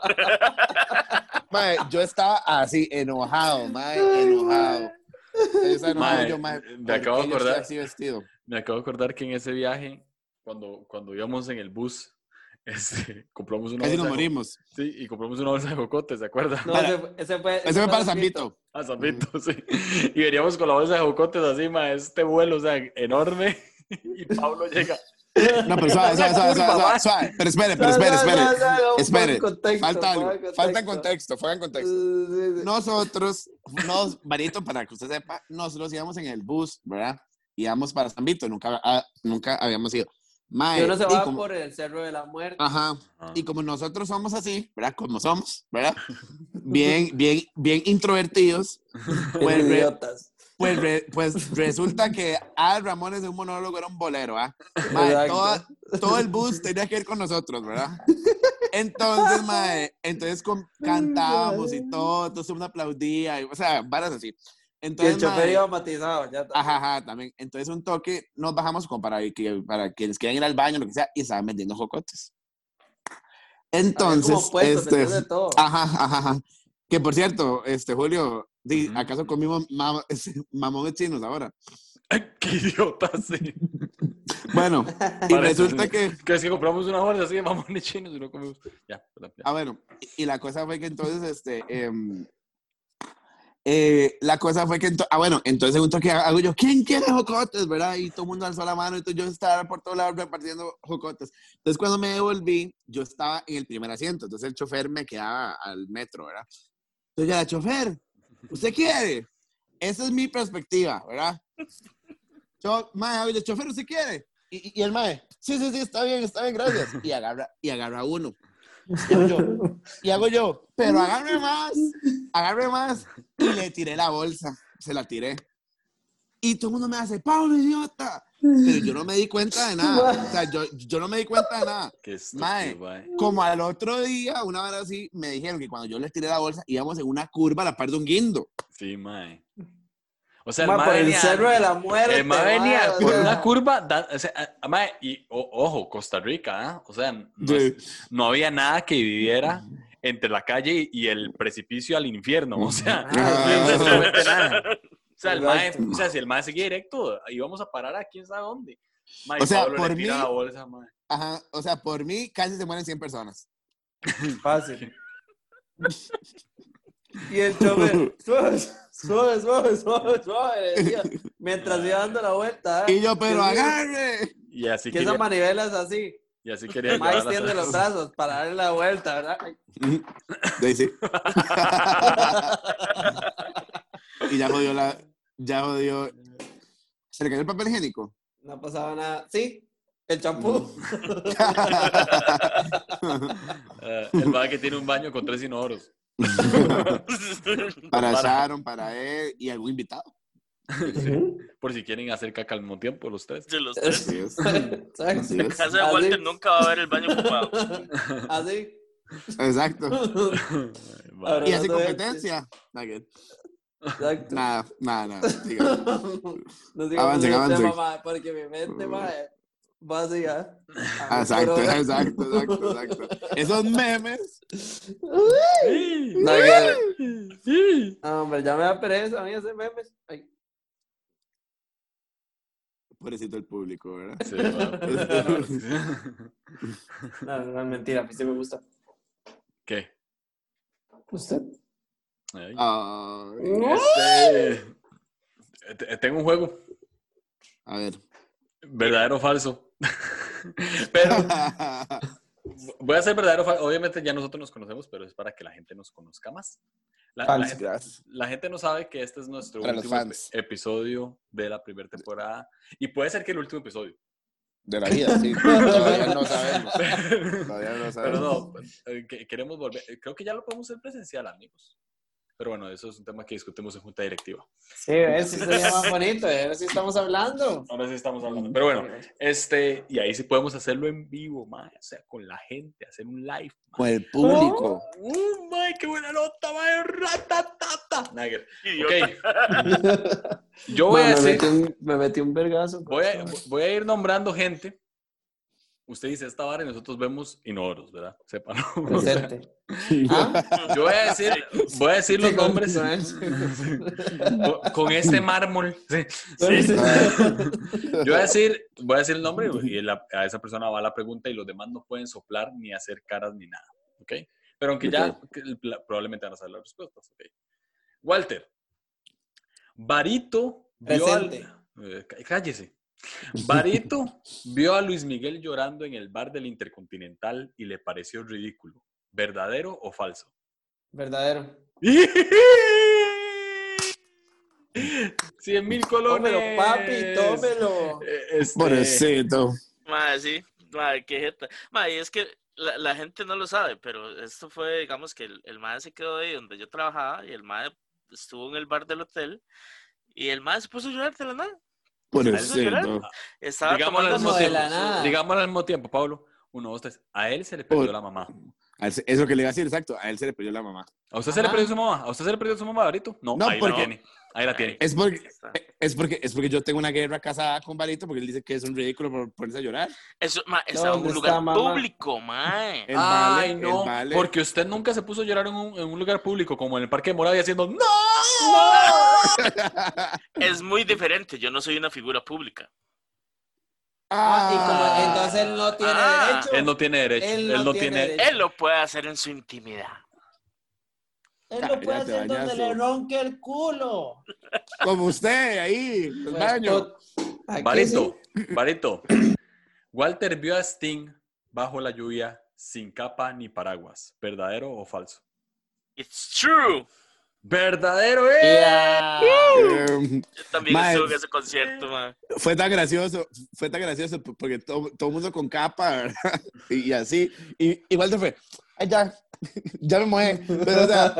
Speaker 1: mae, yo estaba así, enojado, mae, enojado. Yo estaba enojado,
Speaker 2: Mae,
Speaker 1: yo, mae,
Speaker 2: me
Speaker 1: ¿por
Speaker 2: acabo de
Speaker 1: qué yo estoy
Speaker 2: acordar.
Speaker 1: así vestido.
Speaker 2: Me acabo de acordar que en ese viaje, cuando, cuando íbamos en el bus, este, compramos una bolsa
Speaker 1: Casi nos
Speaker 2: de jo-
Speaker 1: morimos.
Speaker 2: Sí, y compramos una bolsa de jocotes, ¿se acuerda?
Speaker 3: No,
Speaker 1: Para-
Speaker 3: ese, fue- ese fue.
Speaker 1: Ese fue
Speaker 3: fue
Speaker 1: para Zapito.
Speaker 2: A Zapito, sí. Y veníamos con la bolsa de jocotes así, ma, este vuelo, o sea, enorme. Y Pablo llega.
Speaker 1: No, pero suave, suave, suave, suave, suave, suave. Pero espere, pero espere, espere. Espere, Falta algo, falta contexto, falta contexto. Nosotros, nos, Marito, para que usted sepa, nosotros íbamos en el bus, ¿verdad? Íbamos para San Vito, nunca, ah, nunca habíamos ido. Mae,
Speaker 3: Yo no se
Speaker 1: y
Speaker 3: va
Speaker 1: como- Ah,
Speaker 3: por el cerro de la muerte.
Speaker 1: Ajá, y como nosotros somos así, ¿verdad? Como somos, ¿verdad? Bien, bien, bien introvertidos,
Speaker 3: Bueno,
Speaker 1: Bueno,
Speaker 3: idiotas.
Speaker 1: pues, re- pues resulta que Al Ramones de un monólogo era un bolero, ¿ah? Mae,
Speaker 3: Exacto.
Speaker 1: toda- todo el bus tenía que ir con nosotros, ¿verdad? Entonces, mae, entonces con- cantábamos y todo, todo el mundo aplaudía, y, o sea, varas así.
Speaker 3: Y el
Speaker 1: Entonces,
Speaker 3: chofer
Speaker 1: mae,
Speaker 3: iba matizado. Ya está.
Speaker 1: Ajá, ajá, también. Entonces, un toque, nos bajamos como para, que, para quienes quieran ir al baño, lo que sea, y estaban vendiendo jocotes.
Speaker 3: Había como
Speaker 1: Entonces,
Speaker 3: puestos,
Speaker 1: este,
Speaker 3: entonces, de todo.
Speaker 1: ajá, ajá, ajá. Que por cierto, este, Julio, di,
Speaker 2: Ujú.
Speaker 1: ¿acaso comimos mam- mamones chinos ahora?
Speaker 2: Ay, ¡Qué idiota, sí!
Speaker 1: Bueno, y
Speaker 2: Para
Speaker 1: resulta
Speaker 2: entender.
Speaker 1: que,
Speaker 2: Que es que compramos una bolsa así de mamones chinos y no comimos. Ya, perdón, ya.
Speaker 1: ah, bueno, y, y la cosa fue que entonces, este, em, eh, la cosa fue que, ento- ah, bueno, entonces un toque hago yo, ¿quién quiere jocotes, verdad? Y todo el mundo alzó la mano, entonces yo estaba por todos lados repartiendo jocotes. Entonces cuando me devolví, yo estaba en el primer asiento, entonces el chofer me quedaba al metro, ¿verdad? Entonces yo era chofer, ¿usted quiere? Esa es mi perspectiva, ¿verdad? Yo, mae, oye, chofer, ¿usted quiere? Y, y- y el mae, sí, sí, sí, está bien, está bien, gracias. Y agarra, y agarra uno. Y hago yo, y hago yo, pero agarre más, agarre más. Y le tiré la bolsa, se la tiré. Y todo el mundo me hace, Pablo, idiota. Pero yo no me di cuenta de nada. O sea, yo, yo no me di cuenta de nada.
Speaker 2: ¡Qué
Speaker 1: Mae.
Speaker 2: estúpido, mae!
Speaker 1: Como al otro día, una vez así, me dijeron que cuando yo les tiré la bolsa, íbamos en una curva a la par de un guindo.
Speaker 2: Sí, mae. O sea, el
Speaker 3: Ma,
Speaker 2: mae
Speaker 3: por el
Speaker 2: venía-
Speaker 3: cerro de la muerte.
Speaker 2: El mae
Speaker 3: ma,
Speaker 2: venía
Speaker 3: o
Speaker 2: por
Speaker 3: sea,
Speaker 2: una curva, da- o sea, a- a mae, y o- ojo, Costa Rica, ¿ah? o sea, no, es- no había nada que dividiera entre la calle y el precipicio al infierno, o sea,
Speaker 3: Ah,
Speaker 2: no había absolutamente nada. O sea, el mae-
Speaker 3: Exacto.
Speaker 2: o sea, si el mae seguía directo, íbamos a parar a quién sabe dónde. Mae,
Speaker 1: O sea,
Speaker 2: Pablo le
Speaker 1: por
Speaker 2: tira
Speaker 1: mí-
Speaker 2: la bolsa, mae.
Speaker 1: Ajá, o sea, por mí casi se mueren 100 personas.
Speaker 3: Fácil. Y el chofer, suave, suave, suave, suave, suave, decía, mientras iba dando la vuelta. ¿eh?
Speaker 1: Y yo, pero
Speaker 3: Que-
Speaker 1: agarre.
Speaker 2: Y así
Speaker 3: Que esa
Speaker 2: quería,
Speaker 3: manivela es así.
Speaker 2: y así quería
Speaker 3: Mike
Speaker 2: llevar a
Speaker 3: extiende
Speaker 2: hacer-
Speaker 3: los brazos para darle la vuelta, ¿verdad? Ay,
Speaker 1: Sí, sí. y ya jodió la. Ya jodió. ¿Se le cayó el papel higiénico?
Speaker 3: No pasaba nada. Sí, el champú.
Speaker 2: Eh, el mae que tiene un baño con tres inodoros.
Speaker 1: para
Speaker 2: Para-
Speaker 1: Sharon, para él y algún invitado.
Speaker 2: Mm. Por si quieren hacer caca al mismo tiempo los tres.
Speaker 4: De los tres.
Speaker 1: Así es.
Speaker 3: Así.
Speaker 1: Así es.
Speaker 4: Casa de Walter nunca va a ver el baño ocupado.
Speaker 3: Así.
Speaker 1: Exacto.
Speaker 2: Mae.
Speaker 1: Y así
Speaker 3: Hablando de-
Speaker 1: competencia. Nada, que-
Speaker 3: Exacto.
Speaker 1: nada, nada. nada. Siga.
Speaker 3: No sigamos
Speaker 1: Avancen,
Speaker 3: el
Speaker 1: avancen. Mm.
Speaker 3: tema, mae, porque mi mente, mae, va así, ¿ah? A mí por
Speaker 1: Exacto,
Speaker 3: hora.
Speaker 1: exacto, exacto, exacto. Esos memes.
Speaker 3: No, que- No, hombre, ya me da pereza a mí hacer memes. Ay.
Speaker 1: Pobrecito el público, ¿verdad?
Speaker 2: Sí, mae.
Speaker 3: No, no, es mentira, a mí sí me gusta.
Speaker 2: ¿Qué?
Speaker 3: ¿Usted?
Speaker 2: Ay.
Speaker 1: Ah, Ay,
Speaker 2: Este, te- tengo un juego,
Speaker 1: a ver.
Speaker 2: verdadero o falso. pero voy a hacer verdadero o falso. Obviamente ya nosotros nos conocemos, pero es para que la gente nos conozca más. La, la gente,
Speaker 1: Gracias.
Speaker 2: la gente no sabe que este es nuestro
Speaker 1: Para los
Speaker 2: último epi-
Speaker 1: fans.
Speaker 2: episodio de la primera temporada. Y puede ser que el último episodio.
Speaker 1: De la vida, sí. Todavía no sabemos. Todavía no
Speaker 2: pero pues,
Speaker 1: sabemos.
Speaker 2: no, eh, que- queremos volver. Creo que ya lo podemos hacer presencial, amigos. Pero bueno, eso es un tema que discutimos en junta directiva.
Speaker 3: Sí, ¿ves? Sí sería más bonito, ¿eh? Ahora sí estamos hablando.
Speaker 2: Ahora sí estamos hablando. Pero bueno, este, y ahí sí podemos hacerlo en vivo, mae. O sea, con la gente, hacer un live.
Speaker 1: Con el público.
Speaker 2: ¡Uh, mae! ¡Qué buena nota, mae! ¡Ratatata! Nah, que- Ok. Yo voy
Speaker 3: Ma,
Speaker 2: a
Speaker 3: me,
Speaker 2: decir,
Speaker 3: metí un, me metí un vergazo.
Speaker 2: voy a, voy a ir nombrando gente. Usted dice esta vara y nosotros vemos inodoros, ¿verdad? Sepan. O sea,
Speaker 3: Presente. ¿Ah?
Speaker 2: yo voy a decir, voy a decir los
Speaker 3: Sí, con-
Speaker 2: nombres
Speaker 3: con él.
Speaker 2: con, con este mármol. Sí.
Speaker 3: Sí.
Speaker 2: Yo voy a decir, voy a decir el nombre y la- a esa persona va la pregunta y los demás no pueden soplar ni hacer caras ni nada, ¿ok? Pero aunque ya que el pla- probablemente van a saber las respuestas, ¿ok? Walter, Barito vio al- eh, cá- cállese. Barito vio a Luis Miguel llorando en el bar del Intercontinental y le pareció ridículo. ¿Verdadero o falso?
Speaker 3: Verdadero.
Speaker 2: 100 mil colones.
Speaker 3: Tómelo, papi, tómelo.
Speaker 2: Eh, este,
Speaker 1: Pobrecito.
Speaker 4: Madre, sí, madre, qué jeta. Madre, y es que la, la gente no lo sabe, pero esto fue, digamos, que el, el madre se quedó ahí donde yo trabajaba y el madre estuvo en el bar del hotel y el madre se puso a llorar de la nada.
Speaker 1: Pobrecito.
Speaker 4: Estaba
Speaker 2: Digámoslo al mismo
Speaker 4: tomando
Speaker 3: Como
Speaker 4: su-
Speaker 3: de
Speaker 2: tiempo.
Speaker 3: la nada.
Speaker 2: Digámoslo al mismo tiempo, Pablo. Uno, dos, tres. A él se le perdió
Speaker 1: Por-
Speaker 2: la mamá.
Speaker 1: A él se- Eso que le iba a decir, exacto. A él se le perdió la mamá.
Speaker 2: ¿A usted se le
Speaker 3: Ajá.
Speaker 2: perdió su mamá? ¿A usted se le perdió su mamá, Barito? No,
Speaker 1: No,
Speaker 2: ahí la
Speaker 1: porque-
Speaker 2: tiene. Ahí la tiene.
Speaker 1: Es porque,
Speaker 4: Está.
Speaker 1: es porque, es porque yo tengo una guerra casada con Barito porque él dice que es un ridículo por ponerse a llorar.
Speaker 4: Eso, ma, estaba en
Speaker 3: ¿dónde
Speaker 4: un lugar
Speaker 3: está, mamá?
Speaker 4: público, mae.
Speaker 1: El
Speaker 2: Ay,
Speaker 1: vale,
Speaker 2: no.
Speaker 1: el vale.
Speaker 2: Porque usted nunca se puso a llorar en un, en un lugar público, como en el Parque de Moravia, haciendo ¡No!
Speaker 4: Es muy diferente, yo no soy una figura pública.
Speaker 3: Ah, y como, entonces él no tiene
Speaker 4: Ah,
Speaker 3: derecho.
Speaker 2: Él no tiene derecho. Él no, tiene.
Speaker 3: derecho.
Speaker 4: Él lo puede hacer en su intimidad.
Speaker 3: Él lo puede
Speaker 1: Cállate,
Speaker 3: hacer donde
Speaker 1: bañazo.
Speaker 3: le ronque el culo.
Speaker 1: Como usted, ahí, en el
Speaker 3: Pues,
Speaker 1: Pues baño.
Speaker 3: tot- aquí
Speaker 2: Barito, Barito. Walter vio a Sting bajo la lluvia, sin capa ni paraguas. ¿Verdadero o falso?
Speaker 4: It's true.
Speaker 2: ¡Verdadero
Speaker 3: sí.
Speaker 2: es!
Speaker 3: Yeah.
Speaker 1: Em,
Speaker 4: Yo también
Speaker 1: Mae.
Speaker 4: estuve en ese concierto, mae.
Speaker 1: fue tan gracioso, fue tan gracioso p- porque todo, todo el mundo con capa, ¿verdad? Y, y así. Y, igual te fue, ay, ya, ya me mojé. Pero, o sea,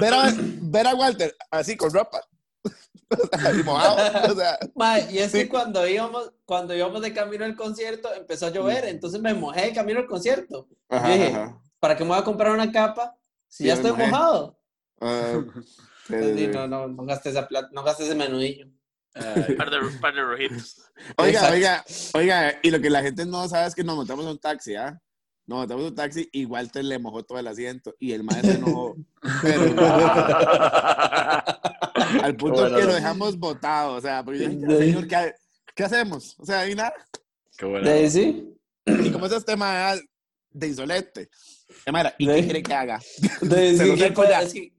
Speaker 1: ver a, ver a Walter así con ropa. O sea, y mojado. O sea,
Speaker 3: Ma, y es que
Speaker 1: Sí.
Speaker 3: cuando íbamos, cuando íbamos de camino al concierto empezó a llover, entonces me mojé de camino al concierto.
Speaker 1: ajá,
Speaker 3: Dije,
Speaker 1: ajá.
Speaker 3: ¿para qué me voy a comprar una capa si
Speaker 1: Sí,
Speaker 3: ya
Speaker 1: me
Speaker 3: estoy
Speaker 1: mojé.
Speaker 3: mojado?
Speaker 1: Ah, sí, sí,
Speaker 3: Sí,
Speaker 1: sí.
Speaker 3: No, no, no gastes esa plata, no gastes ese menudillo.
Speaker 2: Ay,
Speaker 4: Par de, par de rojitos.
Speaker 1: Oiga,
Speaker 3: Exacto.
Speaker 1: oiga, oiga, y lo que la gente no sabe es que nos montamos en un taxi, ¿ah? Nos montamos en un taxi y Walter le mojó todo el asiento y el maestro se enojó. Pero, al punto
Speaker 2: Bueno,
Speaker 1: que
Speaker 2: no.
Speaker 1: lo dejamos botado, o sea, porque yo dije, "Ah, señor, ¿qué, qué hacemos? O sea, y nada,
Speaker 2: Qué bueno.
Speaker 3: ¿De ahí sí?
Speaker 1: y como esos temas de insolente. Es mera, ¿y qué
Speaker 3: Sí.
Speaker 1: quiere que haga?
Speaker 3: De ahí
Speaker 1: Se
Speaker 3: sí,
Speaker 1: lo
Speaker 3: ¿qué
Speaker 1: saco
Speaker 3: puede-
Speaker 1: ya.
Speaker 3: es que-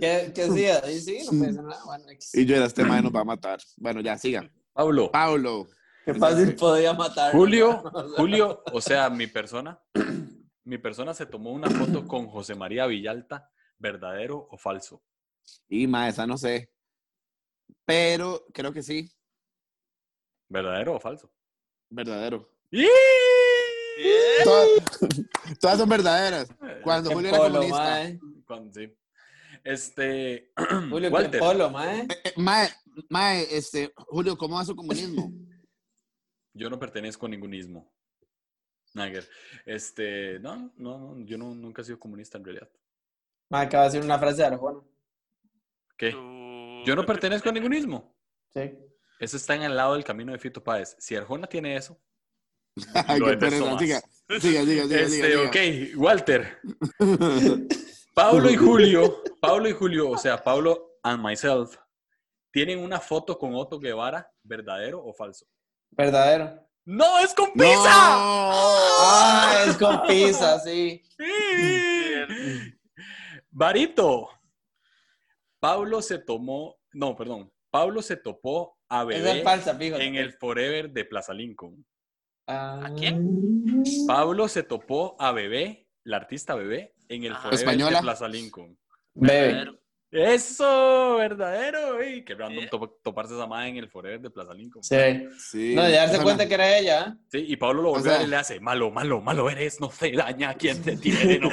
Speaker 3: ¿Qué, qué hacía? De ahí sí, no puede ser nada. Bueno, X.
Speaker 1: Y yo era, este maestro nos va a matar. Bueno, ya, sigan.
Speaker 2: Pablo,
Speaker 1: Pablo,
Speaker 3: Qué fácil podía matar.
Speaker 2: Julio, Julio, o sea, mi persona, mi persona se tomó una foto con José María Villalta, ¿verdadero o falso?
Speaker 1: y maestra, no sé. Pero creo que sí,
Speaker 2: ¿Verdadero o falso?
Speaker 1: verdadero.
Speaker 2: ¡Y!
Speaker 4: Yeah.
Speaker 1: Todas, todas son verdaderas. Cuando
Speaker 3: Qué
Speaker 1: Julio era
Speaker 3: polo,
Speaker 1: comunista.
Speaker 3: mae.
Speaker 2: Cuando- Eh, sí. Este,
Speaker 3: Julio, qué
Speaker 2: Walter,
Speaker 3: polo, mae.
Speaker 1: Eh, Mae, mae, este, Julio, ¿cómo va su comunismo?
Speaker 2: yo no pertenezco a ningún ismo. Nager. Este, no, no, no, yo no- nunca he sido comunista en realidad.
Speaker 3: Mae, acaba de decir una frase de Arjona.
Speaker 2: ¿Qué? Yo no pertenezco a ningún ismo.
Speaker 3: Sí.
Speaker 2: Eso está en el lado del camino de Fito Páez. Si Arjona tiene eso,
Speaker 1: Ay,
Speaker 2: Lo
Speaker 1: qué
Speaker 2: detesto
Speaker 1: pereza.
Speaker 2: más.
Speaker 1: Siga, siga, siga, siga,
Speaker 2: Este,
Speaker 1: siga,
Speaker 2: ok,
Speaker 1: siga.
Speaker 2: Walter. Pablo y Julio, Pablo y Julio, o sea, Pablo and myself, tienen una foto con Otto Guevara, ¿verdadero o falso?
Speaker 3: Verdadero.
Speaker 2: ¡No, es con
Speaker 1: ¡No!
Speaker 2: pizza!
Speaker 3: Ah, es con pizza, sí.
Speaker 2: Sí. Barito. Pablo se tomó, no, perdón, Pablo se topó a
Speaker 3: Esa es
Speaker 2: Bebé
Speaker 3: falsa, fíjate.
Speaker 2: en el Forever de Plaza Lincoln.
Speaker 3: Ah.
Speaker 4: ¿A quién?
Speaker 2: Pablo se topó a Bebé, la artista Bebé, en el
Speaker 4: Ajá.
Speaker 2: Forever
Speaker 1: Española.
Speaker 2: de Plaza Lincoln.
Speaker 3: Bebe.
Speaker 2: Eso, verdadero, güey. Qué random
Speaker 4: Sí.
Speaker 2: to- toparse esa madre en el forever de Plaza Lincoln. Sí,
Speaker 3: Sí.
Speaker 1: Sí.
Speaker 3: No, de darse
Speaker 1: Esa
Speaker 3: cuenta
Speaker 1: ma-
Speaker 3: que era ella. ¿eh?
Speaker 2: y Pablo lo
Speaker 1: O
Speaker 2: vuelve a ver
Speaker 1: sea-
Speaker 2: y le hace, malo, malo, malo eres, no se daña quien te tiene, no.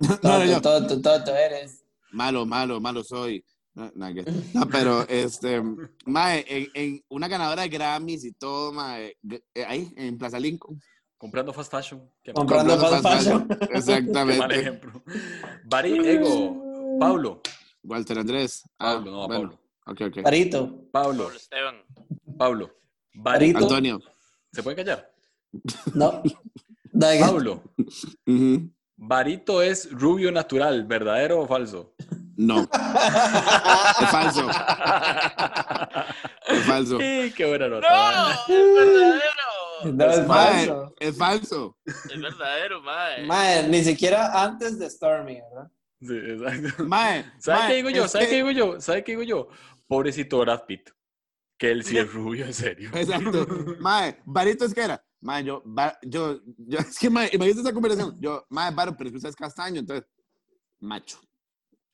Speaker 1: No, no,
Speaker 3: Toto,
Speaker 1: no.
Speaker 3: toto, toto eres.
Speaker 1: Malo, malo, malo soy. No, no, que- no, pero este, mae, en, en una ganadora de Grammys y todo, mae, g- eh, ahí en Plaza Lincoln.
Speaker 2: Comprando fast fashion. Qué mal-
Speaker 3: Comprando fast
Speaker 2: qué mal
Speaker 1: Exactamente.
Speaker 2: ejemplo. Bari Ego. Pablo.
Speaker 1: Walter Andrés. Ah,
Speaker 2: Pablo, no,
Speaker 1: bueno.
Speaker 2: Pablo.
Speaker 1: Ok, ok.
Speaker 3: Tarito.
Speaker 2: Pablo.
Speaker 4: Pablo Esteban.
Speaker 2: Pablo. Bari.
Speaker 3: Barito.
Speaker 1: Antonio.
Speaker 2: ¿Se puede callar?
Speaker 3: No. Dai-
Speaker 2: Pablo.
Speaker 1: Ujú.
Speaker 2: Barito es rubio natural, ¿verdadero o falso?
Speaker 1: No. es falso. Es falso.
Speaker 2: Sí, qué buena
Speaker 4: ¡No!
Speaker 2: nota. ¿verdad?
Speaker 4: ¡Es verdadero!
Speaker 3: No, es
Speaker 1: Mae,
Speaker 3: falso.
Speaker 1: es falso.
Speaker 4: Es verdadero, mae.
Speaker 3: Mae, ni siquiera antes de Stormy, ¿verdad?
Speaker 2: Sí, exacto.
Speaker 1: Mae,
Speaker 2: ¿Sabe
Speaker 1: mae,
Speaker 2: qué digo yo?
Speaker 1: es
Speaker 2: ¿Sabe
Speaker 1: que-
Speaker 2: qué digo yo? ¿Sabe qué digo yo? Pobrecito Brad Pitt. Que él sí es rubio, en serio.
Speaker 1: Exacto. Mae, Barito es que era. Mae, yo, ba- yo, yo, es que, mae, imagínate esa conversación. Yo, mae, Baro, pero es que usted es castaño, entonces, macho.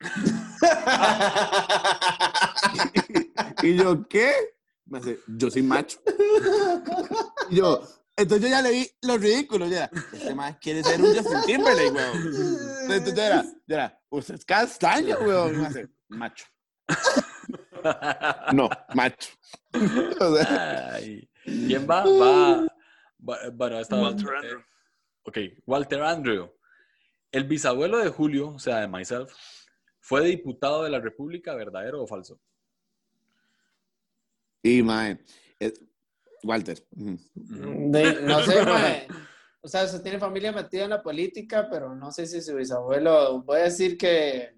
Speaker 1: y yo, ¿qué? Me dice, yo soy macho. y yo, entonces yo ya le vi lo ridículo, ya. Este mae quiere ser un Justin Timberlake, weón. Entonces yo era, yo era, usted es castaño, weón. Y me hace, macho. No, macho. O sea,
Speaker 2: Ay. ¿Quién va? Va. va- bueno, esta
Speaker 4: Walter
Speaker 2: eh,
Speaker 4: Andrew.
Speaker 2: Ok, Walter Andrew. El bisabuelo de Julio, o sea, de myself, fue diputado de la República, ¿verdadero o falso?
Speaker 1: Y, mae, eh, Walter. ujú.
Speaker 2: Ujú.
Speaker 3: De- no sé, mae. O sea, usted tiene familia metida en la política, pero no sé si su bisabuelo. Voy a decir que.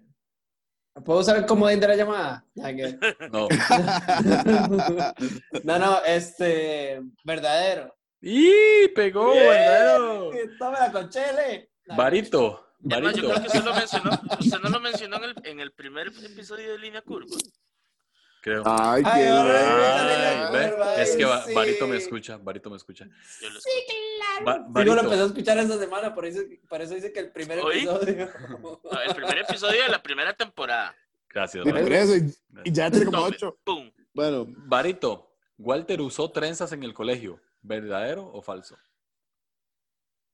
Speaker 3: ¿Puedo usar el comodín de la llamada? Ya que-
Speaker 2: No.
Speaker 3: No, no, este. Verdadero.
Speaker 2: ¡Y pegó,
Speaker 3: Bien.
Speaker 2: verdadero!
Speaker 3: Tómela con chele.
Speaker 2: Barito,
Speaker 4: Es más,
Speaker 2: Barito.
Speaker 4: yo creo que usted lo mencionó, usted no lo mencionó en el, en el primer episodio de Línea Curva.
Speaker 2: Creo.
Speaker 1: Ay,
Speaker 3: Ay,
Speaker 1: qué
Speaker 3: ahora
Speaker 2: Ay,
Speaker 1: bueno.
Speaker 3: Ay,
Speaker 2: ve, Es que Ba-
Speaker 3: sí.
Speaker 2: Barito me escucha, Barito me escucha.
Speaker 4: Yo lo escucho.
Speaker 2: Ba-
Speaker 3: Sí, no lo empezó a
Speaker 2: Barito,
Speaker 3: escuchar esa semana, por eso, por eso dice que el primer
Speaker 4: ¿Oí?
Speaker 3: episodio.
Speaker 4: No, El primer episodio de la primera temporada.
Speaker 2: gracias.
Speaker 1: Y por
Speaker 2: Barito.
Speaker 1: eso, y- y ya tiene como
Speaker 4: Tome.
Speaker 1: ocho.
Speaker 4: ¡Pum!
Speaker 1: Bueno,
Speaker 2: Barito, Walter usó trenzas en el colegio, ¿verdadero o falso?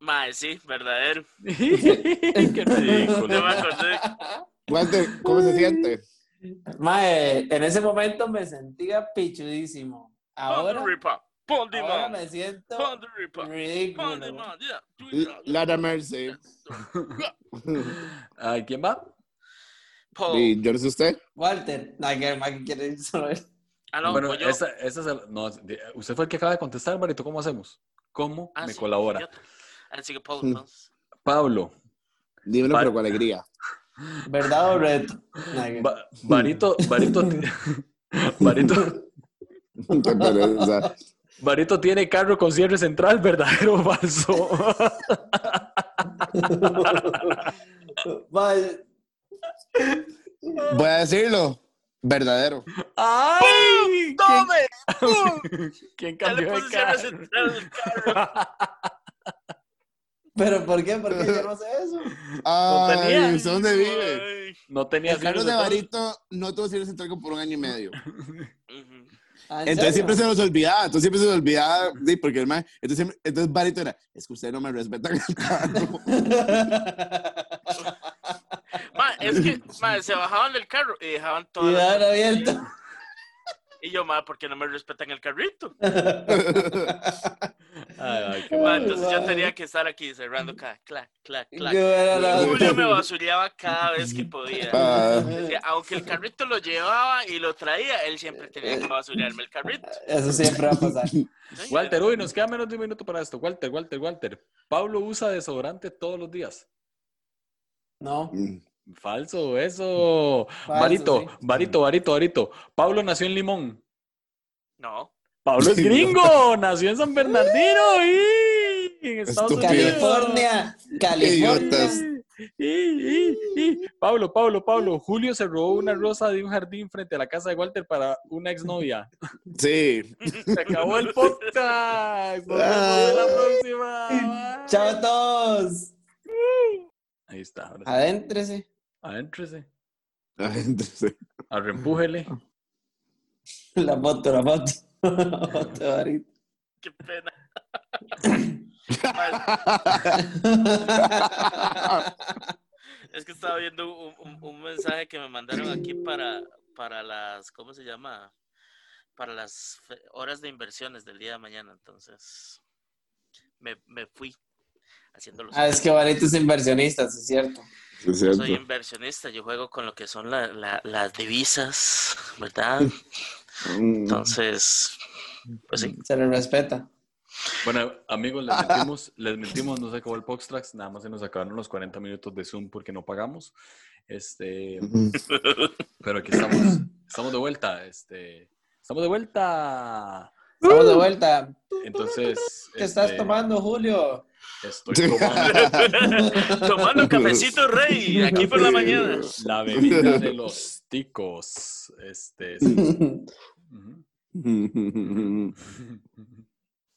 Speaker 4: Mae, sí, verdadero.
Speaker 2: Qué
Speaker 4: No
Speaker 2: ridículo.
Speaker 4: me acordé.
Speaker 1: Walter, ¿cómo se siente?
Speaker 3: Mae, en ese momento me sentía pichudísimo. Ahora,
Speaker 4: Ponderipa, Ponderipa,
Speaker 3: ahora me siento
Speaker 4: Ponderipa,
Speaker 3: ridículo.
Speaker 4: Ponderipa, yeah,
Speaker 1: L- Lara Mercy.
Speaker 2: Ay, Ah, ¿quién va?
Speaker 4: Paul.
Speaker 1: ¿Y yo no sé usted?
Speaker 3: Walter, no, que mae, que quiere saber.
Speaker 4: Ah, no,
Speaker 2: bueno,
Speaker 4: voy yo.
Speaker 2: esa, esa es el- no, de- usted fue el que acaba de contestar, Barito, ¿cómo hacemos? ¿Cómo
Speaker 4: Ah,
Speaker 2: me
Speaker 4: sí,
Speaker 2: colabora?
Speaker 4: idiota. Así que Paul,
Speaker 1: Mm.
Speaker 4: entonces.
Speaker 2: Pablo,
Speaker 1: Dímelo,
Speaker 2: Bar-
Speaker 1: pero con alegría.
Speaker 3: ¿Verdad o reto? No, que-
Speaker 2: Ba- Barito, Barito, Barito,
Speaker 1: Qué pereza.
Speaker 2: Barito tiene carro con cierre central, ¿verdadero o falso?
Speaker 3: Mae,
Speaker 1: Voy a decirlo. Verdadero.
Speaker 2: ¡Ay! ¿Quién,
Speaker 4: ¡Tome! ¡Pum!
Speaker 2: quién
Speaker 4: Ya le
Speaker 2: cambió
Speaker 4: puse
Speaker 2: de
Speaker 4: cierre
Speaker 2: carro?
Speaker 4: central al carro.
Speaker 3: ¿Pero por qué? ¿Por qué yo no sé eso?
Speaker 1: Ay,
Speaker 2: tenía.
Speaker 1: ¿dónde vive?
Speaker 4: Ay.
Speaker 2: No tenía
Speaker 1: El Carlos de
Speaker 2: cierre central.
Speaker 1: Barito no tuvo cierre central como por un año y medio.
Speaker 4: Ujú.
Speaker 3: Ah, ¿en serio?
Speaker 1: Entonces siempre se nos olvidaba, entonces siempre se nos olvidaba, sí, porque el mae, entonces, siempre- entonces Barito era, es que ustedes no me respetan el carro.
Speaker 4: Ma, es que ma, se bajaban del carro y dejaban todas
Speaker 3: Y
Speaker 4: las-
Speaker 3: ahora abierto.
Speaker 4: Y yo, ma, ¿por qué no me respetan el carrito?
Speaker 2: Ay, ay, qué
Speaker 4: Ma,
Speaker 2: mal.
Speaker 4: entonces yo
Speaker 3: wow.
Speaker 4: tenía que estar aquí cerrando cada clac, clac,
Speaker 3: Qué
Speaker 4: clac.
Speaker 3: buena
Speaker 4: Julio me basureaba cada vez que podía.
Speaker 1: Ah,
Speaker 4: Decía, aunque el carrito lo llevaba y lo traía, él siempre tenía
Speaker 2: Eh,
Speaker 4: que basurearme el carrito.
Speaker 3: Eso siempre va a pasar.
Speaker 4: Sí,
Speaker 2: Walter, uy, nos queda menos de un minuto para esto. Walter, Walter, Walter. Pablo usa desodorante todos los días.
Speaker 3: No.
Speaker 2: Falso, eso.
Speaker 3: Falso,
Speaker 2: Barito,
Speaker 3: sí.
Speaker 2: Barito, Barito, Barito. Pablo nació en Limón.
Speaker 4: No.
Speaker 2: Pablo es
Speaker 1: Sí,
Speaker 2: gringo, nació en San Bernardino y en Estados
Speaker 1: Estúpido.
Speaker 2: Unidos.
Speaker 3: California, California.
Speaker 1: idiotas.
Speaker 2: Y, y, y. Pablo, Pablo, Pablo, Julio se robó una rosa de un jardín frente a la casa de Walter para una exnovia.
Speaker 1: sí,
Speaker 2: Se acabó el podcast. Nos vemos en la próxima. Bye.
Speaker 3: Chao a todos.
Speaker 2: Ahí está. ahora sí.
Speaker 3: Adéntrese.
Speaker 2: Adéntrese.
Speaker 1: entonces,
Speaker 2: Arrempújele.
Speaker 3: La moto, la moto. La moto, varito.
Speaker 4: Qué pena. Ma, Es que estaba viendo un, un- un mensaje que me mandaron aquí para, para las, ¿cómo se llama? Para las fe- horas de inversiones del día de mañana. Entonces, me, me fui haciendo los...
Speaker 3: Ah, es que Vanito es inversionista, sí es cierto.
Speaker 1: Es
Speaker 4: Yo
Speaker 1: cierto.
Speaker 4: soy inversionista, yo juego con lo que son la- la- las divisas, ¿verdad?
Speaker 1: Mm.
Speaker 4: Entonces, pues sí.
Speaker 3: Se le respeta.
Speaker 2: Bueno, amigos, les mentimos, les mentimos, no se acabó el Poxtrax, nada más se nos acabaron los 40 minutos de Zoom porque no pagamos. Este,
Speaker 1: Ujú.
Speaker 2: pero aquí estamos, estamos de vuelta, este, estamos de vuelta.
Speaker 3: Estamos de vuelta.
Speaker 2: Entonces,
Speaker 3: ¿Qué estás
Speaker 2: este,
Speaker 3: tomando, Julio?
Speaker 2: Estoy tomando
Speaker 4: Tomando cafecito rey, aquí por la mañana.
Speaker 2: la bebida de los ticos. Este, sí.
Speaker 3: Mm.
Speaker 2: Ujú.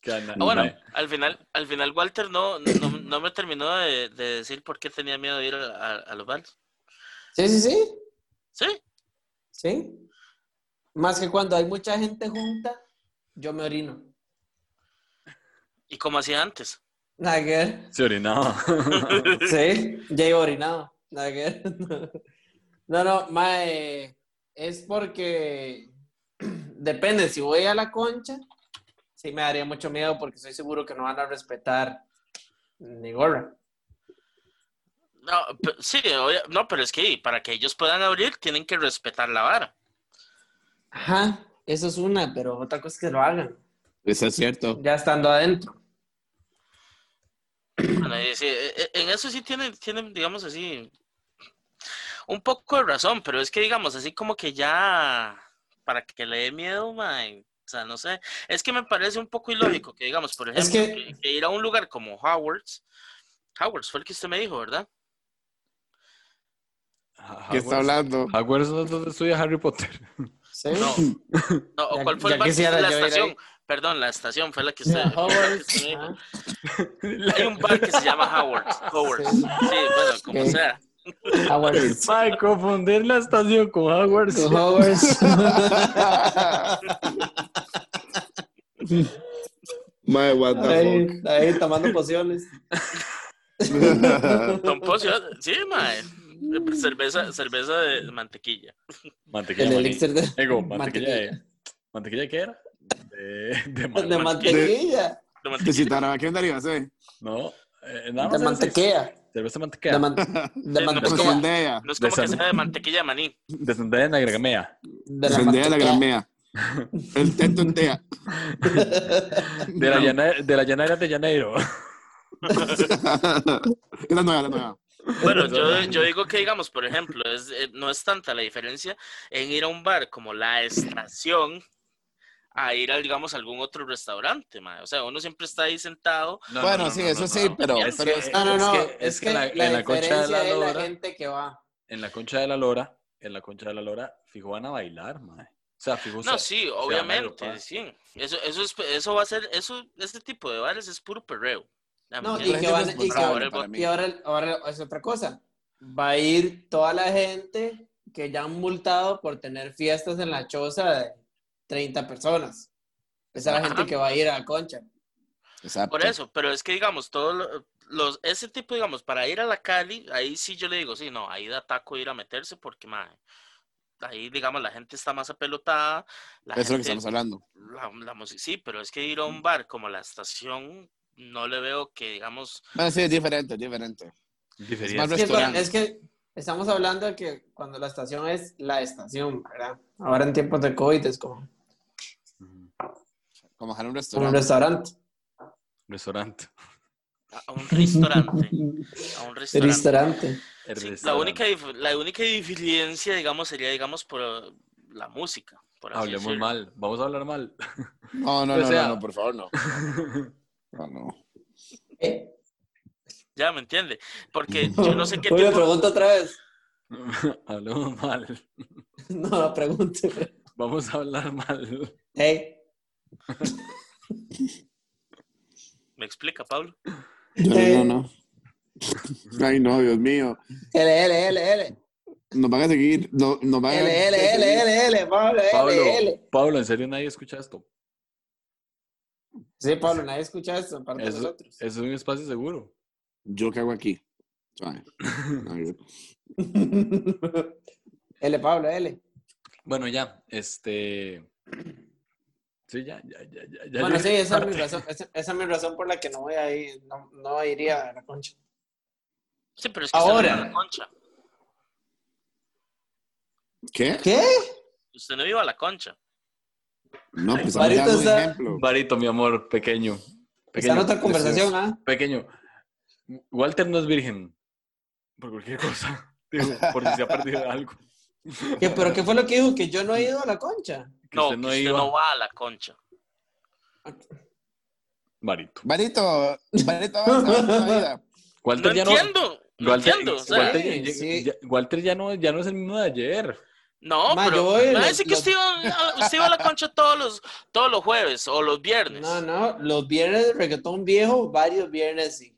Speaker 2: Que anda-
Speaker 4: Ah, bueno,
Speaker 3: Mm.
Speaker 2: mae,
Speaker 4: al final, al final Walter no, no, no me terminó de, de decir por qué tenía miedo de ir a, a- a los bares.
Speaker 3: Sí, sí, sí.
Speaker 4: Sí,
Speaker 3: Sí. Más que cuando hay mucha gente junta, yo me orino.
Speaker 4: y como hacía antes.
Speaker 3: Nada que ver.
Speaker 2: se orinaba.
Speaker 3: Sí, ya iba orinado. Nada que ver. No, no, mae, es porque depende, si voy a la concha, sí me daría mucho miedo porque estoy seguro que no van a respetar ni gorra.
Speaker 4: No, pe- sí, obvia- no, pero es que para que ellos puedan abrir tienen que respetar la vara.
Speaker 3: Ajá, eso es una, pero otra cosa es que lo hagan,
Speaker 1: Eso es cierto.
Speaker 3: ya estando adentro.
Speaker 4: Bueno, y sí, e- e- en eso sí tienen, tienen, digamos así, un poco de razón, pero es que digamos así como que ya para que le dé miedo, mae, O sea, no sé, es que me parece un poco ilógico que digamos, por
Speaker 3: Es
Speaker 4: ejemplo,
Speaker 3: que-
Speaker 4: que- que ir a un lugar como Howard's, Howard's fue el que usted me dijo, ¿verdad?
Speaker 2: Ah,
Speaker 1: ¿Qué está hablando?
Speaker 2: Hogwarts es donde estudia Harry Potter.
Speaker 3: Sí.
Speaker 4: No. No, ¿o
Speaker 3: Ya-
Speaker 4: cuál fue
Speaker 3: ya
Speaker 4: el bar?
Speaker 3: quisiera
Speaker 4: La
Speaker 3: yo ir ahí.
Speaker 4: estación. Perdón, la estación fue la que usted.
Speaker 3: Ya,
Speaker 4: fue la que
Speaker 3: Howard's,
Speaker 4: usted dijo.
Speaker 3: ajá.
Speaker 4: Hay un bar que se llama Howard's. Howard's. Sí, bueno, como
Speaker 3: Ok.
Speaker 4: sea.
Speaker 3: Hogwarts.
Speaker 2: Mae, confundir la estación con Hogwarts.
Speaker 3: Con Hogwarts.
Speaker 1: Mae, what
Speaker 3: ahí,
Speaker 1: the
Speaker 3: ahí tomando pociones.
Speaker 1: fuck.
Speaker 4: Don Pocio, sí, mae. Cerveza, cerveza de mantequilla.
Speaker 2: Mantequilla.
Speaker 3: El
Speaker 2: de
Speaker 3: elixir de
Speaker 2: maní. Ego, mantequilla. de- ¿Mantequilla qué era? De, de maní.
Speaker 3: de mantequilla.
Speaker 4: De
Speaker 1: Pues ¿Te
Speaker 4: mantequilla.
Speaker 1: citará quién daría? Sí.
Speaker 2: No, eh, nada
Speaker 3: De
Speaker 2: más.
Speaker 3: mantequilla.
Speaker 2: Cerveza mantequilla. De,
Speaker 3: De, man- de
Speaker 4: no,
Speaker 1: Pues
Speaker 3: mantequilla.
Speaker 4: como-
Speaker 1: Zendaya.
Speaker 4: No es como
Speaker 2: De
Speaker 4: que
Speaker 2: San-
Speaker 4: sea de mantequilla de maní.
Speaker 2: Sandía en agregamea.
Speaker 3: De la
Speaker 1: Zendaya la gran
Speaker 3: mantequilla.
Speaker 1: mea. El teto entea.
Speaker 2: De la, llana- de la llanera de Janeiro.
Speaker 1: la nueva, la nueva.
Speaker 4: Bueno, yo, yo digo que, digamos, por ejemplo, es, eh, no es tanta la diferencia en ir a un bar como la estación a ir a, digamos, algún otro restaurante, mae. O sea, uno siempre está ahí sentado.
Speaker 1: Bueno, sí, eso sí, pero.
Speaker 4: Es
Speaker 1: pero
Speaker 2: que-
Speaker 1: es-
Speaker 3: No, no, no.
Speaker 2: Es
Speaker 3: Es
Speaker 2: que-
Speaker 3: que,
Speaker 2: es que la-
Speaker 3: la,
Speaker 2: en la concha de
Speaker 3: diferencia
Speaker 2: la
Speaker 3: es la
Speaker 2: lora.
Speaker 3: gente que va.
Speaker 2: En la concha de la lora, en la concha de la lora, fijo van a bailar, mae. O sea, fijo.
Speaker 4: No,
Speaker 2: se-
Speaker 4: sí,
Speaker 2: van a
Speaker 4: obviamente,
Speaker 2: agrupar.
Speaker 4: sí. Eso, eso, es, eso va a ser, eso, este tipo de bares es puro perreo. ¿me
Speaker 3: No,
Speaker 1: La
Speaker 3: y
Speaker 4: entiendes?
Speaker 1: gente
Speaker 3: que van, y que,
Speaker 1: responsable para mí.
Speaker 3: y ahora, ahora es otra cosa. Va a ir toda la gente que ya han multado por tener fiestas en la choza de 30 personas. Esa es la gente
Speaker 4: Ajá.
Speaker 3: que va a ir a la concha.
Speaker 1: Exacto.
Speaker 4: Por eso, pero es que digamos, todos lo- los, ese tipo, digamos, para ir a la Cali, ahí sí yo le digo, sí, no, ahí da taco ir a meterse porque, mae, ahí, digamos, la gente está más apelotada. La
Speaker 1: Eso es lo que
Speaker 4: gente-
Speaker 1: estamos hablando. Mm.
Speaker 4: la- la música, sí, pero es que ir a un bar como la estación, no le veo que, digamos,
Speaker 1: Bueno, sí, es diferente, es diferente.
Speaker 2: Diferencia.
Speaker 1: más
Speaker 3: Es que,
Speaker 1: Restaurante.
Speaker 3: es que estamos hablando de que cuando la estación es la estación, ¿verdad? Ahora en tiempos de COVID es como
Speaker 2: Ujú.
Speaker 1: Como dejar un
Speaker 3: como un
Speaker 1: restaurante.
Speaker 3: restaurante.
Speaker 2: Restaurante.
Speaker 4: a a un restaurante. A un restaurante.
Speaker 3: Restaurante.
Speaker 2: El
Speaker 4: Sí, la,
Speaker 2: restaurante.
Speaker 4: única, dif- la única diferencia, digamos, sería, digamos, por eh, la música. Por así
Speaker 2: Hablemos
Speaker 4: decirlo.
Speaker 2: mal. Vamos a hablar mal.
Speaker 1: No, no,
Speaker 2: O
Speaker 1: no,
Speaker 2: sea-
Speaker 1: no, no, por favor, no. No, no.
Speaker 3: Eh,
Speaker 4: Ya, ¿me entiende? Porque yo no sé qué
Speaker 3: Julio,
Speaker 4: tipo...
Speaker 3: pregunta otra vez.
Speaker 2: Hablemos mal.
Speaker 3: No, no pregunte.
Speaker 2: Vamos a hablar mal.
Speaker 3: Hey,
Speaker 4: ¿Me explica, Pablo?
Speaker 1: Yo
Speaker 3: Eh.
Speaker 1: no, no, no. Ay, no, Dios mío.
Speaker 3: L, L, L, L.
Speaker 1: Nos van a seguir. no- nos van a
Speaker 3: L, L, L, L, L, Pablo,
Speaker 2: Pablo,
Speaker 3: L, L.
Speaker 2: Pablo, ¿en serio nadie escucha esto?
Speaker 4: Pues,
Speaker 3: Sí, Pablo, nadie escucha esto, aparte de
Speaker 2: Eso,
Speaker 3: nosotros.
Speaker 2: eso es un espacio seguro.
Speaker 1: Yo qué hago aquí. Suave. No, yo-
Speaker 3: L, Pablo, L.
Speaker 2: Bueno, ya, este. Sí, ya, ya, ya, ya. ya
Speaker 3: Bueno,
Speaker 2: llegué
Speaker 3: sí,
Speaker 2: a
Speaker 3: esa es, mi
Speaker 2: parte.
Speaker 3: razón, esa, esa es mi razón por la que no voy a ir, no, no iría a la concha.
Speaker 4: Sí, pero es que usted no
Speaker 3: Ahora.
Speaker 4: iba a la concha.
Speaker 1: ¿Qué?
Speaker 3: ¿Qué?
Speaker 4: Usted no iba a la concha.
Speaker 1: No, pues
Speaker 3: Marito
Speaker 1: ahora un
Speaker 3: está-
Speaker 1: ejemplo.
Speaker 2: Barito, mi amor, pequeño.
Speaker 3: Está en
Speaker 2: pequeño,
Speaker 3: otra conversación, ¿ah?
Speaker 2: Pequeño. Walter no es virgen. Por cualquier cosa. Digo, por si se ha perdido algo.
Speaker 3: ¿Qué- ¿Pero qué fue lo que dijo? Que yo no he ido a la concha.
Speaker 2: Que
Speaker 4: No,
Speaker 2: usted no
Speaker 4: que usted
Speaker 2: iba.
Speaker 4: no va a la concha.
Speaker 2: Barito.
Speaker 1: Marito, Marito, avanza, avanza la vida.
Speaker 2: Walter
Speaker 4: No
Speaker 2: ya no.
Speaker 4: entiendo. No,
Speaker 2: Walter,
Speaker 4: entiendo. o sea,
Speaker 2: Walter,
Speaker 3: Sí,
Speaker 2: ya-
Speaker 3: sí.
Speaker 2: ya- Walter ya no, ya no es el mismo de ayer.
Speaker 4: no,
Speaker 3: Ma,
Speaker 4: pero
Speaker 3: yo voy
Speaker 4: me va a
Speaker 3: los-
Speaker 4: decir que
Speaker 3: los-
Speaker 4: usted, iba a, usted iba a la concha todos los, todos los jueves o los viernes.
Speaker 3: No, no, los viernes de reggaetón viejo, varios viernes sí.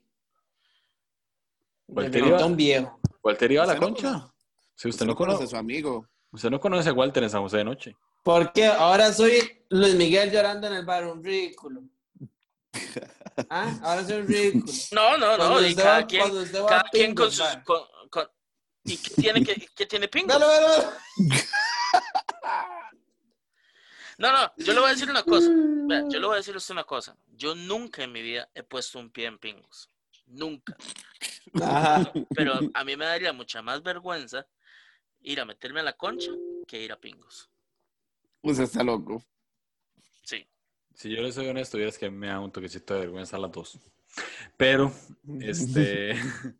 Speaker 3: De
Speaker 2: Walter
Speaker 3: reggaetón
Speaker 2: iba-
Speaker 3: viejo.
Speaker 2: Walter iba a la
Speaker 1: Usted no
Speaker 2: concha.
Speaker 1: conoce.
Speaker 2: Si usted no
Speaker 1: a su
Speaker 2: conoce,
Speaker 1: amigo.
Speaker 2: usted no conoce a Walter en San José de Noche.
Speaker 3: Porque ahora soy Luis Miguel llorando en el bar, un ridículo. ¿Ah? Ahora soy un ridículo.
Speaker 4: No, no, no.
Speaker 3: Cuando
Speaker 4: y
Speaker 3: usted
Speaker 4: cada
Speaker 3: va-
Speaker 4: quien,
Speaker 3: cuando usted va
Speaker 4: cada
Speaker 3: a
Speaker 4: quien con
Speaker 3: Pringles,
Speaker 4: sus.
Speaker 3: ma.
Speaker 4: con- con- ¿Y qué tiene, que, qué tiene pingo?
Speaker 3: Velo, velo, velo.
Speaker 4: No, no, yo le voy a decir una cosa. Vea, yo le voy a decir a usted una cosa. Yo nunca en mi vida he puesto un pie en pingos. Nunca.
Speaker 3: Ajá.
Speaker 4: Pero a mí me daría mucha más vergüenza ir a meterme a la concha que ir a pingos.
Speaker 1: Usted está loco.
Speaker 4: Sí.
Speaker 2: Si yo le soy honesto, vieras que me da un toquecito de vergüenza a las dos. Pero, este.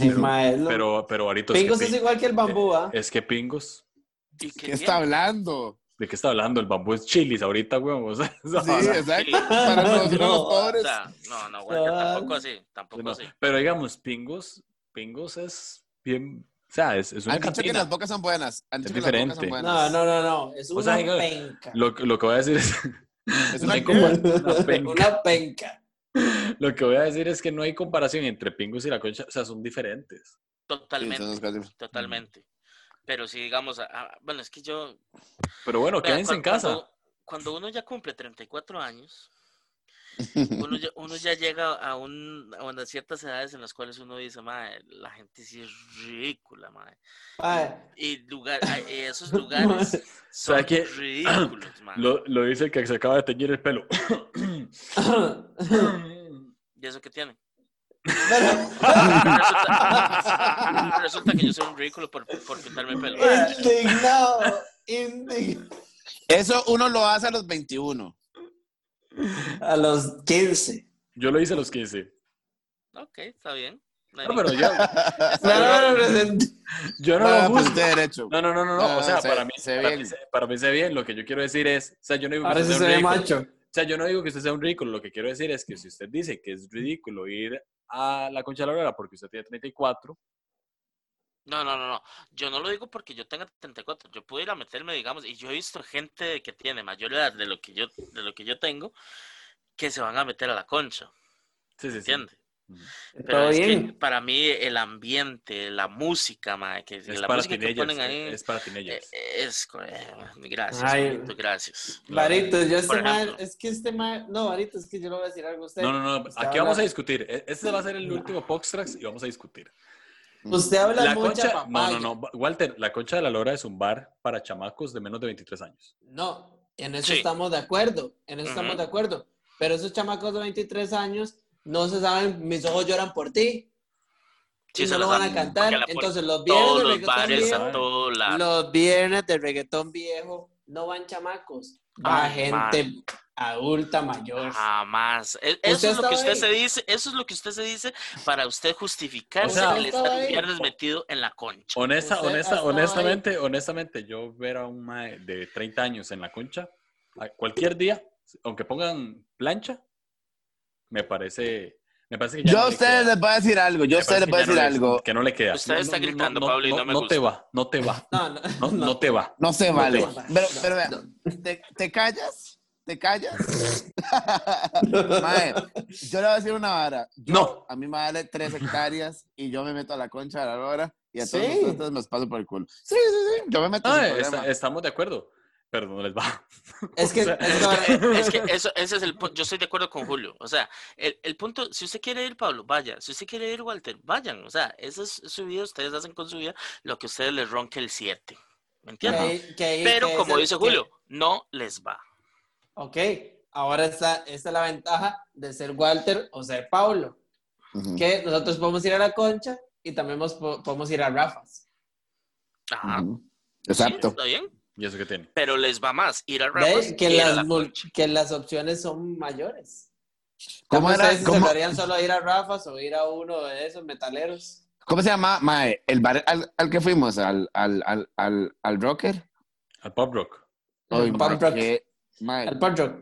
Speaker 3: Ay, mae, es lo-
Speaker 2: pero, pero, Barito. es que eh,
Speaker 3: Pingos
Speaker 2: Pin-
Speaker 3: es igual que el bambú, ¿ah?
Speaker 2: Es que pingos.
Speaker 4: ¿Y
Speaker 1: ¿Qué
Speaker 4: qué
Speaker 1: está
Speaker 4: tiene?
Speaker 1: hablando?
Speaker 2: ¿De qué está hablando? El bambú es chilis ahorita, weón. O sea, esa
Speaker 1: Sí,
Speaker 2: vara.
Speaker 1: exacto.
Speaker 4: Sí.
Speaker 1: Para nosotros
Speaker 3: No,
Speaker 1: los
Speaker 4: O
Speaker 1: pobres.
Speaker 4: sea, no, no, Walter, tampoco así, tampoco
Speaker 2: No,
Speaker 4: así.
Speaker 2: Pero digamos, pingos, pingos es bien. O sea, es, es una
Speaker 1: Han dicho que
Speaker 2: cantina.
Speaker 1: las bocas son buenas. Han
Speaker 2: Es
Speaker 1: dicho que las bocas son
Speaker 2: diferente.
Speaker 3: No,
Speaker 1: buenas.
Speaker 3: no, no, no. Es una
Speaker 2: sea, digo-
Speaker 3: penca.
Speaker 2: Lo, que- lo que voy a decir es.
Speaker 1: Es
Speaker 2: no
Speaker 1: una
Speaker 2: hay como- una penca.
Speaker 3: Una penca.
Speaker 2: Lo que voy a decir es que no hay comparación entre pingos y la concha. O sea, son diferentes.
Speaker 1: Sí, son
Speaker 4: Totalmente,
Speaker 1: unos cuatro-
Speaker 4: totalmente. Pero si digamos, a- a- bueno, es que yo...
Speaker 2: Pero bueno,
Speaker 4: vea,
Speaker 2: quédense
Speaker 4: cu-
Speaker 2: en casa.
Speaker 4: Cuando, cuando uno ya cumple 34 años, uno ya, uno ya llega a, un, a unas ciertas edades en las cuales uno dice, madre, la gente sí es ridícula, madre.
Speaker 3: Mae.
Speaker 4: Y lugar, ay, eh, esos lugares son
Speaker 2: que-
Speaker 4: ridículos, man.
Speaker 2: Lo, lo dice el que se acaba de teñir el pelo.
Speaker 4: ¿Y eso qué tiene?
Speaker 3: Pero-
Speaker 4: Resulta, resulta que yo soy un ridículo por, por pintarme el pelo.
Speaker 3: Indignado. Indignado.
Speaker 1: Eso uno lo hace a los 21.
Speaker 3: A los 15.
Speaker 2: Yo lo hice a los 15.
Speaker 4: Ok, está bien. No hay
Speaker 2: No, pero
Speaker 4: ningún-
Speaker 2: yo,
Speaker 3: Claro, presente.
Speaker 2: yo no
Speaker 1: Ah,
Speaker 2: lo
Speaker 1: pues
Speaker 2: juzgo.
Speaker 1: usted derecho.
Speaker 2: No, no, no, no, no.
Speaker 1: No,
Speaker 2: o sea,
Speaker 1: Ah, se-
Speaker 2: para mí
Speaker 1: se
Speaker 2: para,
Speaker 1: bien.
Speaker 2: mí, se- para mí se bien. Lo que yo quiero decir es, o sea, yo no digo que
Speaker 3: Ahora
Speaker 2: usted
Speaker 3: sí
Speaker 2: sea
Speaker 3: se
Speaker 2: un
Speaker 3: ve
Speaker 2: ridículo.
Speaker 3: macho.
Speaker 2: O sea, yo no digo que usted sea un ridículo. Lo que quiero decir es que si usted dice que es ridículo ir a la concha de la aurora porque usted tiene 34,
Speaker 4: No, no, no, no. Yo no lo digo porque yo tenga 34. Yo puedo ir a meterme, digamos, y yo he visto gente que tiene mayor edad de lo que yo, de lo que yo tengo, que se van a meter a la concha,
Speaker 2: sí, sí, sí.
Speaker 4: ¿entiendes?
Speaker 2: Ujú.
Speaker 4: Pero
Speaker 3: Todo
Speaker 4: es que
Speaker 3: bien.
Speaker 4: para mí el ambiente, la música, mae, que
Speaker 2: Es
Speaker 4: la
Speaker 2: para
Speaker 4: música que
Speaker 2: teenagers.
Speaker 4: ponen ahí
Speaker 2: Es para
Speaker 4: eh,
Speaker 2: teenagers.
Speaker 4: es co- eh, gracias,
Speaker 3: Ay.
Speaker 4: Marito, gracias.
Speaker 3: Varito, yo este
Speaker 4: Por
Speaker 3: mal,
Speaker 4: ejemplo.
Speaker 3: es que este mal, no, Varito, es que yo le voy a decir algo a
Speaker 4: eh,
Speaker 3: usted.
Speaker 2: No, no, no.
Speaker 3: Usted
Speaker 2: Aquí vamos
Speaker 3: habla-
Speaker 2: a discutir. E- Este va a ser el último Poxtrax y vamos a discutir.
Speaker 3: Usted habla
Speaker 2: La
Speaker 3: mucha
Speaker 2: concha. No, no,
Speaker 3: papaya.
Speaker 2: no. Walter, la concha de la lora es un bar para chamacos de menos de 23 años.
Speaker 3: No, en eso
Speaker 4: Sí.
Speaker 3: estamos de acuerdo, en eso estamos
Speaker 4: Ujú.
Speaker 3: de acuerdo. Pero esos chamacos de 23 años no se saben, mis ojos lloran por ti.
Speaker 4: Sí,
Speaker 3: y
Speaker 4: se
Speaker 3: no
Speaker 4: lo
Speaker 3: lo van
Speaker 4: saben,
Speaker 3: a cantar.
Speaker 4: porque la ponen
Speaker 3: Entonces los viernes
Speaker 4: Todos
Speaker 3: de
Speaker 4: los
Speaker 3: reggaetón
Speaker 4: bares
Speaker 3: viejo,
Speaker 4: a todo lado.
Speaker 3: los viernes de reggaetón viejo no van chamacos, va
Speaker 4: Ay,
Speaker 3: gente adulta mayor.
Speaker 4: Jamás. E-
Speaker 3: Usted
Speaker 4: Eso es lo
Speaker 3: estaba
Speaker 4: que usted
Speaker 3: ahí.
Speaker 4: se dice, eso es lo que usted se dice para usted justificar
Speaker 2: O sea,
Speaker 4: que le
Speaker 3: estaba
Speaker 4: está el
Speaker 3: ahí.
Speaker 4: viernes metido en la concha.
Speaker 2: Honesta,
Speaker 3: Usted
Speaker 2: honesta,
Speaker 3: estaba
Speaker 2: honestamente, honestamente, yo ver a un mae de 30 años en la concha, a- cualquier día, aunque pongan plancha, me parece, me parece que ya
Speaker 1: Yo
Speaker 2: no
Speaker 1: a
Speaker 2: le
Speaker 1: ustedes
Speaker 2: queda.
Speaker 1: les voy a decir algo. Yo a
Speaker 2: Me parece
Speaker 1: ustedes les
Speaker 2: que
Speaker 1: voy a
Speaker 2: ya no
Speaker 1: decir
Speaker 2: le-
Speaker 1: algo.
Speaker 2: Que no le queda.
Speaker 4: Usted está gritando,
Speaker 2: no,
Speaker 4: Pablo, y no me
Speaker 2: te
Speaker 4: gusta.
Speaker 2: va, no te va,
Speaker 3: No, no,
Speaker 2: no, no te va.
Speaker 1: No se vale.
Speaker 3: vale.
Speaker 1: Pero,
Speaker 3: No,
Speaker 1: pero vea, ¿te, te callas? ¿Te callas? Mae, yo le voy a decir una vara. Yo-
Speaker 2: No.
Speaker 1: A mí me vale tres hectáreas y yo me meto a la concha de la hora y a todos
Speaker 3: Sí.
Speaker 1: ustedes me los paso por el culo. Sí, sí, sí. Yo me meto
Speaker 2: Ah,
Speaker 1: sin
Speaker 2: está-
Speaker 1: problema.
Speaker 2: estamos de acuerdo. pero no les va.
Speaker 3: Es que,
Speaker 2: O sea,
Speaker 3: es que-
Speaker 4: Es que eso, ese es el punto. Yo estoy de acuerdo con Julio. O sea, el, el punto, si usted quiere ir, Pablo, vaya. Si usted quiere ir, Walter, vayan. O sea, esa es su vida, ustedes hacen con su vida lo que a ustedes les ronque el 7. ¿Me
Speaker 3: que
Speaker 4: entienden?
Speaker 3: ahí- que ahí-
Speaker 4: Pero
Speaker 3: que
Speaker 4: como
Speaker 3: ese-
Speaker 4: dice
Speaker 3: que-
Speaker 4: Julio, no les va.
Speaker 3: Ok, ahora está, esta es la ventaja de ser Walter o ser Paulo.
Speaker 1: Ujú.
Speaker 3: Que nosotros podemos ir a la concha y también mos- po- podemos ir a Rafa's.
Speaker 4: Ajá.
Speaker 1: Ujú.
Speaker 4: Ah, sí,
Speaker 1: Exacto.
Speaker 4: está bien.
Speaker 2: ¿Y eso qué tiene?
Speaker 4: Pero les va más ir a Rafa's
Speaker 3: ¿Ve? Que,
Speaker 4: que ir a
Speaker 3: las,
Speaker 4: la
Speaker 3: mul-
Speaker 4: concha.
Speaker 3: que las opciones son mayores.
Speaker 1: ¿Cómo, era-
Speaker 3: ustedes se
Speaker 1: cómo-
Speaker 3: cerrarían solo a ir a Rafa's o ir a uno de esos metaleros?
Speaker 1: cómo se llama, mae? El bar al, al que fuimos, al, al, al, al, al Rocker.
Speaker 2: Al pop rock.
Speaker 1: Ay,
Speaker 3: Al
Speaker 1: mae,
Speaker 3: punk rock.
Speaker 1: qué- mae.
Speaker 3: Al punk rock.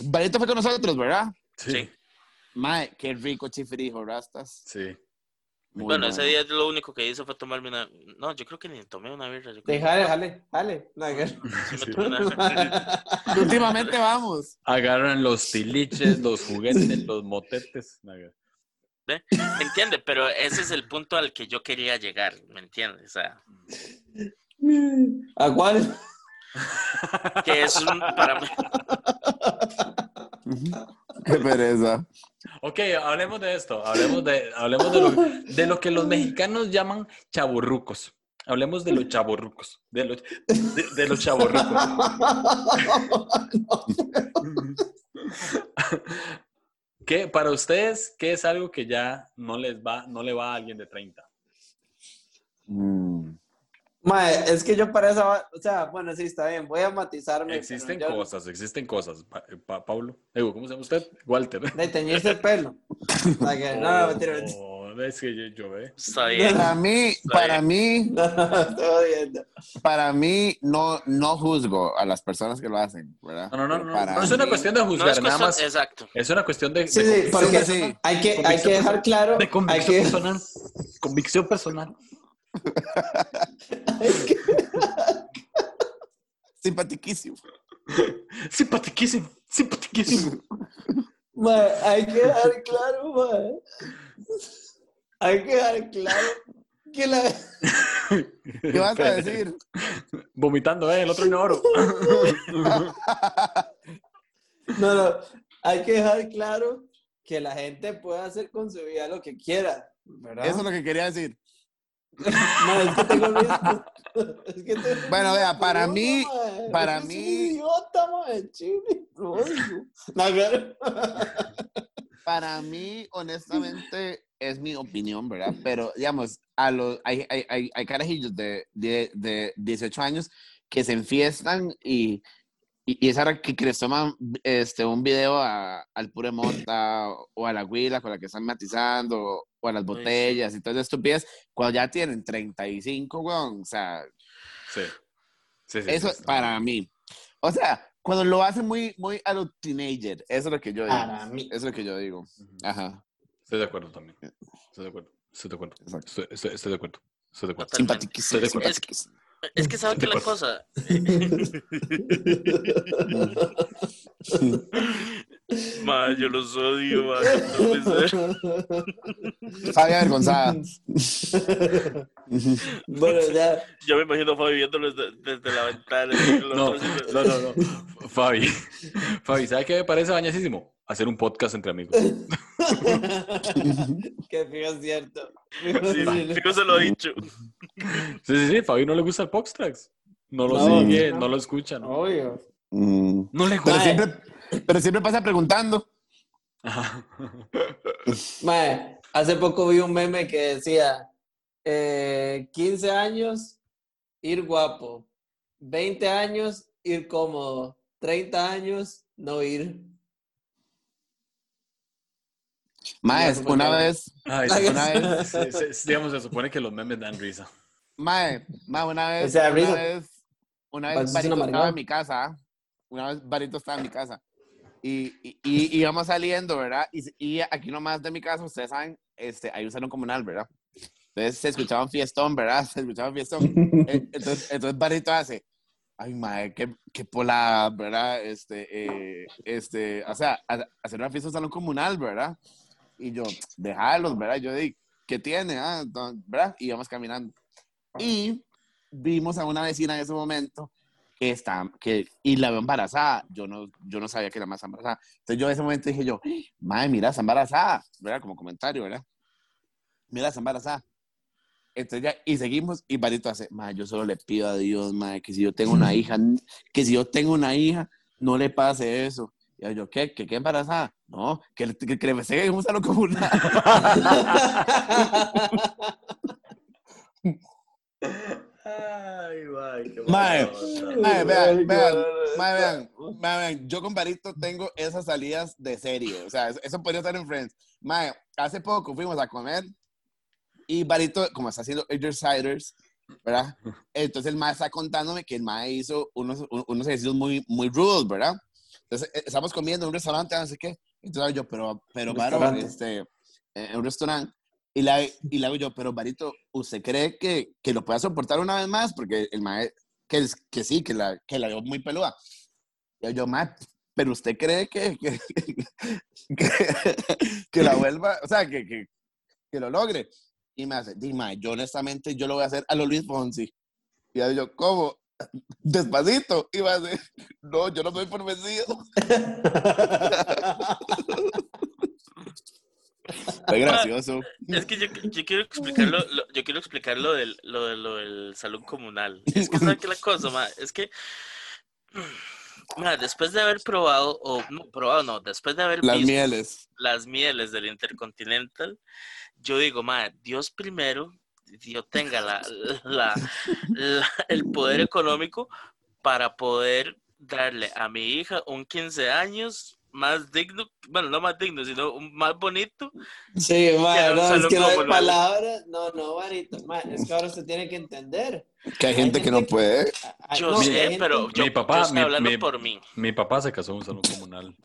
Speaker 1: Barito fue con nosotros, ¿verdad?
Speaker 4: Sí.
Speaker 1: Mae, qué rico chifrijo, rastas.
Speaker 2: Sí.
Speaker 1: Muy
Speaker 4: bueno, ese
Speaker 1: bueno.
Speaker 4: día lo único que hice fue tomarme una. No, yo creo que ni tomé una birra. yo creo que
Speaker 3: Déjale, jale, jale. No, que-
Speaker 4: sí
Speaker 2: Sí.
Speaker 4: me tomé una-
Speaker 1: Últimamente vamos.
Speaker 2: Agarran los tiliches, los juguetes, los motetes. Naga.
Speaker 4: ¿Me entiende? Pero ese es el punto al que yo quería llegar. ¿Me entiendes? O sea.
Speaker 3: ¿A cuál?
Speaker 4: que es un, para mí,
Speaker 1: Qué pereza.
Speaker 2: Ok, hablemos de esto. Hablemos, de, hablemos de, lo, de lo que los mexicanos llaman chaborrucos. Hablemos de los chaborrucos. De los, de, de los chaborrucos. ¿Qué, para ustedes, ¿qué es algo que ya no les va, no le va a alguien de 30?
Speaker 1: Mm.
Speaker 3: Mae, es que yo para esa. va- O sea, bueno, sí, está bien. Voy a matizarme.
Speaker 2: Existen
Speaker 3: pero yo-
Speaker 2: cosas, existen cosas. Pa- pa- Pablo, digo, ¿cómo se llama usted? Walter.
Speaker 3: De teñirse el pelo. O sea, que- no, no, mentira, mentira.
Speaker 2: Oh, es que yo, yo ve.
Speaker 4: está bien.
Speaker 1: Para mí, para mí,
Speaker 3: No, no, estoy jodiendo.
Speaker 1: para mí, no, no juzgo a las personas que lo hacen, ¿verdad?
Speaker 2: No, no, no,
Speaker 1: Pero
Speaker 2: no.
Speaker 1: para
Speaker 2: No es
Speaker 1: mí-
Speaker 2: una cuestión de
Speaker 4: No es
Speaker 2: juzgar, nada
Speaker 4: cuestión,
Speaker 2: más.
Speaker 4: exacto.
Speaker 2: Es una cuestión de,
Speaker 3: Sí,
Speaker 2: de
Speaker 3: sí, porque
Speaker 1: Sí, sí.
Speaker 3: hay que, hay
Speaker 2: Convicción
Speaker 3: que dejar claro.
Speaker 2: De
Speaker 3: Hay
Speaker 2: convicción
Speaker 3: que,
Speaker 2: personal. Convicción personal.
Speaker 1: Simpatiquísimo.
Speaker 2: Simpatiquísimo. Simpatiquísimo.
Speaker 3: mae, hay que dejar claro, mae. Hay que dejar claro que la.
Speaker 1: ¿Qué vas a decir?
Speaker 2: Vomitando, eh, el otro en oro.
Speaker 3: No, no. Hay que dejar claro que la gente puede hacer con su vida lo que quiera. ¿Verdad?
Speaker 1: Eso es lo que quería decir.
Speaker 3: Mae, es que tengo miedo. Es que tengo
Speaker 1: Bueno, vea, para
Speaker 3: miedo,
Speaker 1: mí-
Speaker 3: mae.
Speaker 1: para
Speaker 3: Es un
Speaker 1: mí-
Speaker 3: Idiota, mae, chile. Lo odio. No, claro.
Speaker 1: Para mí, honestamente, es mi opinión, ¿verdad? Pero, digamos, a los, hay, hay, hay, hay carajillos de, de, de 18 años que se enfiestan y, y, y es ahora que, que les toman este, un video a- al pure monta o a la huila con la que están matizando o, a las
Speaker 4: sí.
Speaker 1: botellas y todas esas estupidez cuando ya tienen 35, weón. O sea,
Speaker 2: Sí. Sí, sí,
Speaker 1: eso
Speaker 2: sí,
Speaker 1: es
Speaker 2: sí.
Speaker 1: para mí. O sea, cuando lo hacen muy, muy a los teenager, eso es lo que yo digo.
Speaker 3: Para mí.
Speaker 1: Eso es lo que yo digo. Ajá.
Speaker 2: Estoy de acuerdo también. Estoy de acuerdo. Estoy de acuerdo.
Speaker 1: Exacto.
Speaker 2: Estoy, estoy- estoy de acuerdo. Estoy de acuerdo.
Speaker 4: Totalmente.
Speaker 2: Estoy
Speaker 1: Simpatiquísimo.
Speaker 2: de
Speaker 4: acuerdo.
Speaker 1: simpatiquísimo.
Speaker 4: Es que saben que la
Speaker 2: Estoy de
Speaker 4: cosa. Ma, yo los odio, ma. No puede ser.
Speaker 1: Fabia avergonzada.
Speaker 3: bueno, ya.
Speaker 4: Yo me imagino a Fabi viéndolos de- desde la ventana. y los
Speaker 2: No,
Speaker 4: otros siempre-
Speaker 2: no, no, no. Fabi. Fabi, ¿sabes qué me parece bañasísimo? Hacer un podcast entre amigos.
Speaker 3: que fijo es cierto.
Speaker 4: Sí, sí, fijo se lo he dicho.
Speaker 2: Sí, sí, sí. Fabi no le gusta el Pox Tracks. No lo
Speaker 3: No,
Speaker 2: sigue,
Speaker 3: no.
Speaker 2: no lo escucha. No,
Speaker 3: Obvio.
Speaker 1: Mm.
Speaker 2: no le
Speaker 1: Pero
Speaker 2: gusta.
Speaker 1: siempre, pero siempre pasa preguntando.
Speaker 2: Ajá.
Speaker 3: Mae, hace poco vi un meme que decía eh, 15 años, ir guapo. 20 años, ir cómodo. 30 años, no ir.
Speaker 1: Mae,
Speaker 3: Bueno,
Speaker 1: una
Speaker 3: porque-
Speaker 1: vez,
Speaker 2: Ay,
Speaker 3: Ay,
Speaker 2: sí,
Speaker 1: una
Speaker 3: sí.
Speaker 1: vez,
Speaker 2: sí, sí, sí, digamos, se supone que los memes dan risa.
Speaker 1: mae, mae, una vez,
Speaker 3: O sea,
Speaker 1: una
Speaker 3: risa.
Speaker 1: vez, una vez
Speaker 3: Parece una
Speaker 1: Barito estaba
Speaker 3: amargado.
Speaker 1: en mi casa, ¿ah? una vez Barito estaba en mi casa y, y, y íbamos saliendo, ¿verdad? Y, y aquí nomás de mi casa, ustedes saben, este, hay un salón comunal, ¿verdad? Entonces se escuchaban fiestón, ¿verdad? Se escuchaban fiestón. Eh, Entonces, entonces Barrito hace, ay, madre, qué, qué pola, ¿verdad? Este, eh, este, o sea, ha- hacer una fiesta en un salón comunal, ¿verdad? Y yo, dejarlos, ¿verdad? Yo di, ¿qué tiene? Ah? Entonces, ¿Verdad? Y íbamos caminando. Y vimos a una vecina en ese momento que está, que, y la veo embarazada. Yo no, yo no sabía que la más estaba embarazada. Entonces yo en ese momento dije yo, madre, mira, está embarazada, ¿verdad? Como comentario, ¿verdad? Mira, está embarazada. Entonces ya, y seguimos, y Barito hace, madre, yo solo le pido a Dios, madre, que si yo tengo una hija, que si yo tengo una hija, no le pase eso. Y yo, ¿qué? ¿Qué, qué embarazada? No, que, que, que le pegue un salón comunal.
Speaker 2: Ay, guay, qué
Speaker 1: Mae,
Speaker 2: bueno.
Speaker 1: mae, vean, vean, mae, vean, mae, vean, yo con Barito tengo esas salidas de serio, o sea, eso, eso podría estar en Friends. Mae, hace poco fuimos a comer y Barito, como está haciendo exerciders, ¿verdad? Entonces el mae está contándome que el mae hizo unos, un- unos ejercicios muy, muy rudos, ¿verdad? Entonces eh, estamos comiendo en un restaurante, no sé qué, entonces yo, pero, pero,
Speaker 3: Un
Speaker 1: varón,
Speaker 3: restaurante.
Speaker 1: este, eh, en un restaurante, y la, y la hago yo, pero Barito, ¿usted cree que, que lo pueda soportar una vez más? Porque el mae, que, es- que sí, que la, que la veo muy peluda. Y yo, mae, pero ¿usted cree que, que, que- que la vuelva, o sea, que, que, que lo logre? Y me hace, di, mae, yo honestamente, yo lo voy a hacer a lo Luis Fonsi. Y yo, yo, ¿cómo? Despacito. Y me hace, no, yo no me doy por vencido. Fue gracioso.
Speaker 4: Es que yo, yo quiero explicar lo, lo- yo quiero explicar lo del, lo, de- lo del salón comunal. Es que ¿sabes qué es la cosa, ma? Es que mm, ma, después de haber probado, o no, probado no, después de haber
Speaker 1: Las
Speaker 4: visto
Speaker 1: mieles.
Speaker 4: las mieles del Intercontinental, yo digo, ma, Dios primero, Dios tenga la, la- la- el poder económico para poder darle a mi hija un 15 años más digno, bueno, no más digno, sino un más bonito
Speaker 3: Sí, mae,
Speaker 4: Quiero
Speaker 3: no, es
Speaker 4: hacerlo
Speaker 3: que no hay
Speaker 4: como la-
Speaker 3: palabras. No, no, Barito. mae, es que ahora se tiene que entender.
Speaker 1: Que hay gente que no puede.
Speaker 3: Ay,
Speaker 4: Yo
Speaker 3: no,
Speaker 4: sé,
Speaker 3: hay gente-
Speaker 4: pero yo,
Speaker 2: Mi papá,
Speaker 4: yo estoy
Speaker 2: mi-
Speaker 4: hablando
Speaker 2: mi-
Speaker 4: por mí.
Speaker 2: Mi papá se casó en un salón comunal.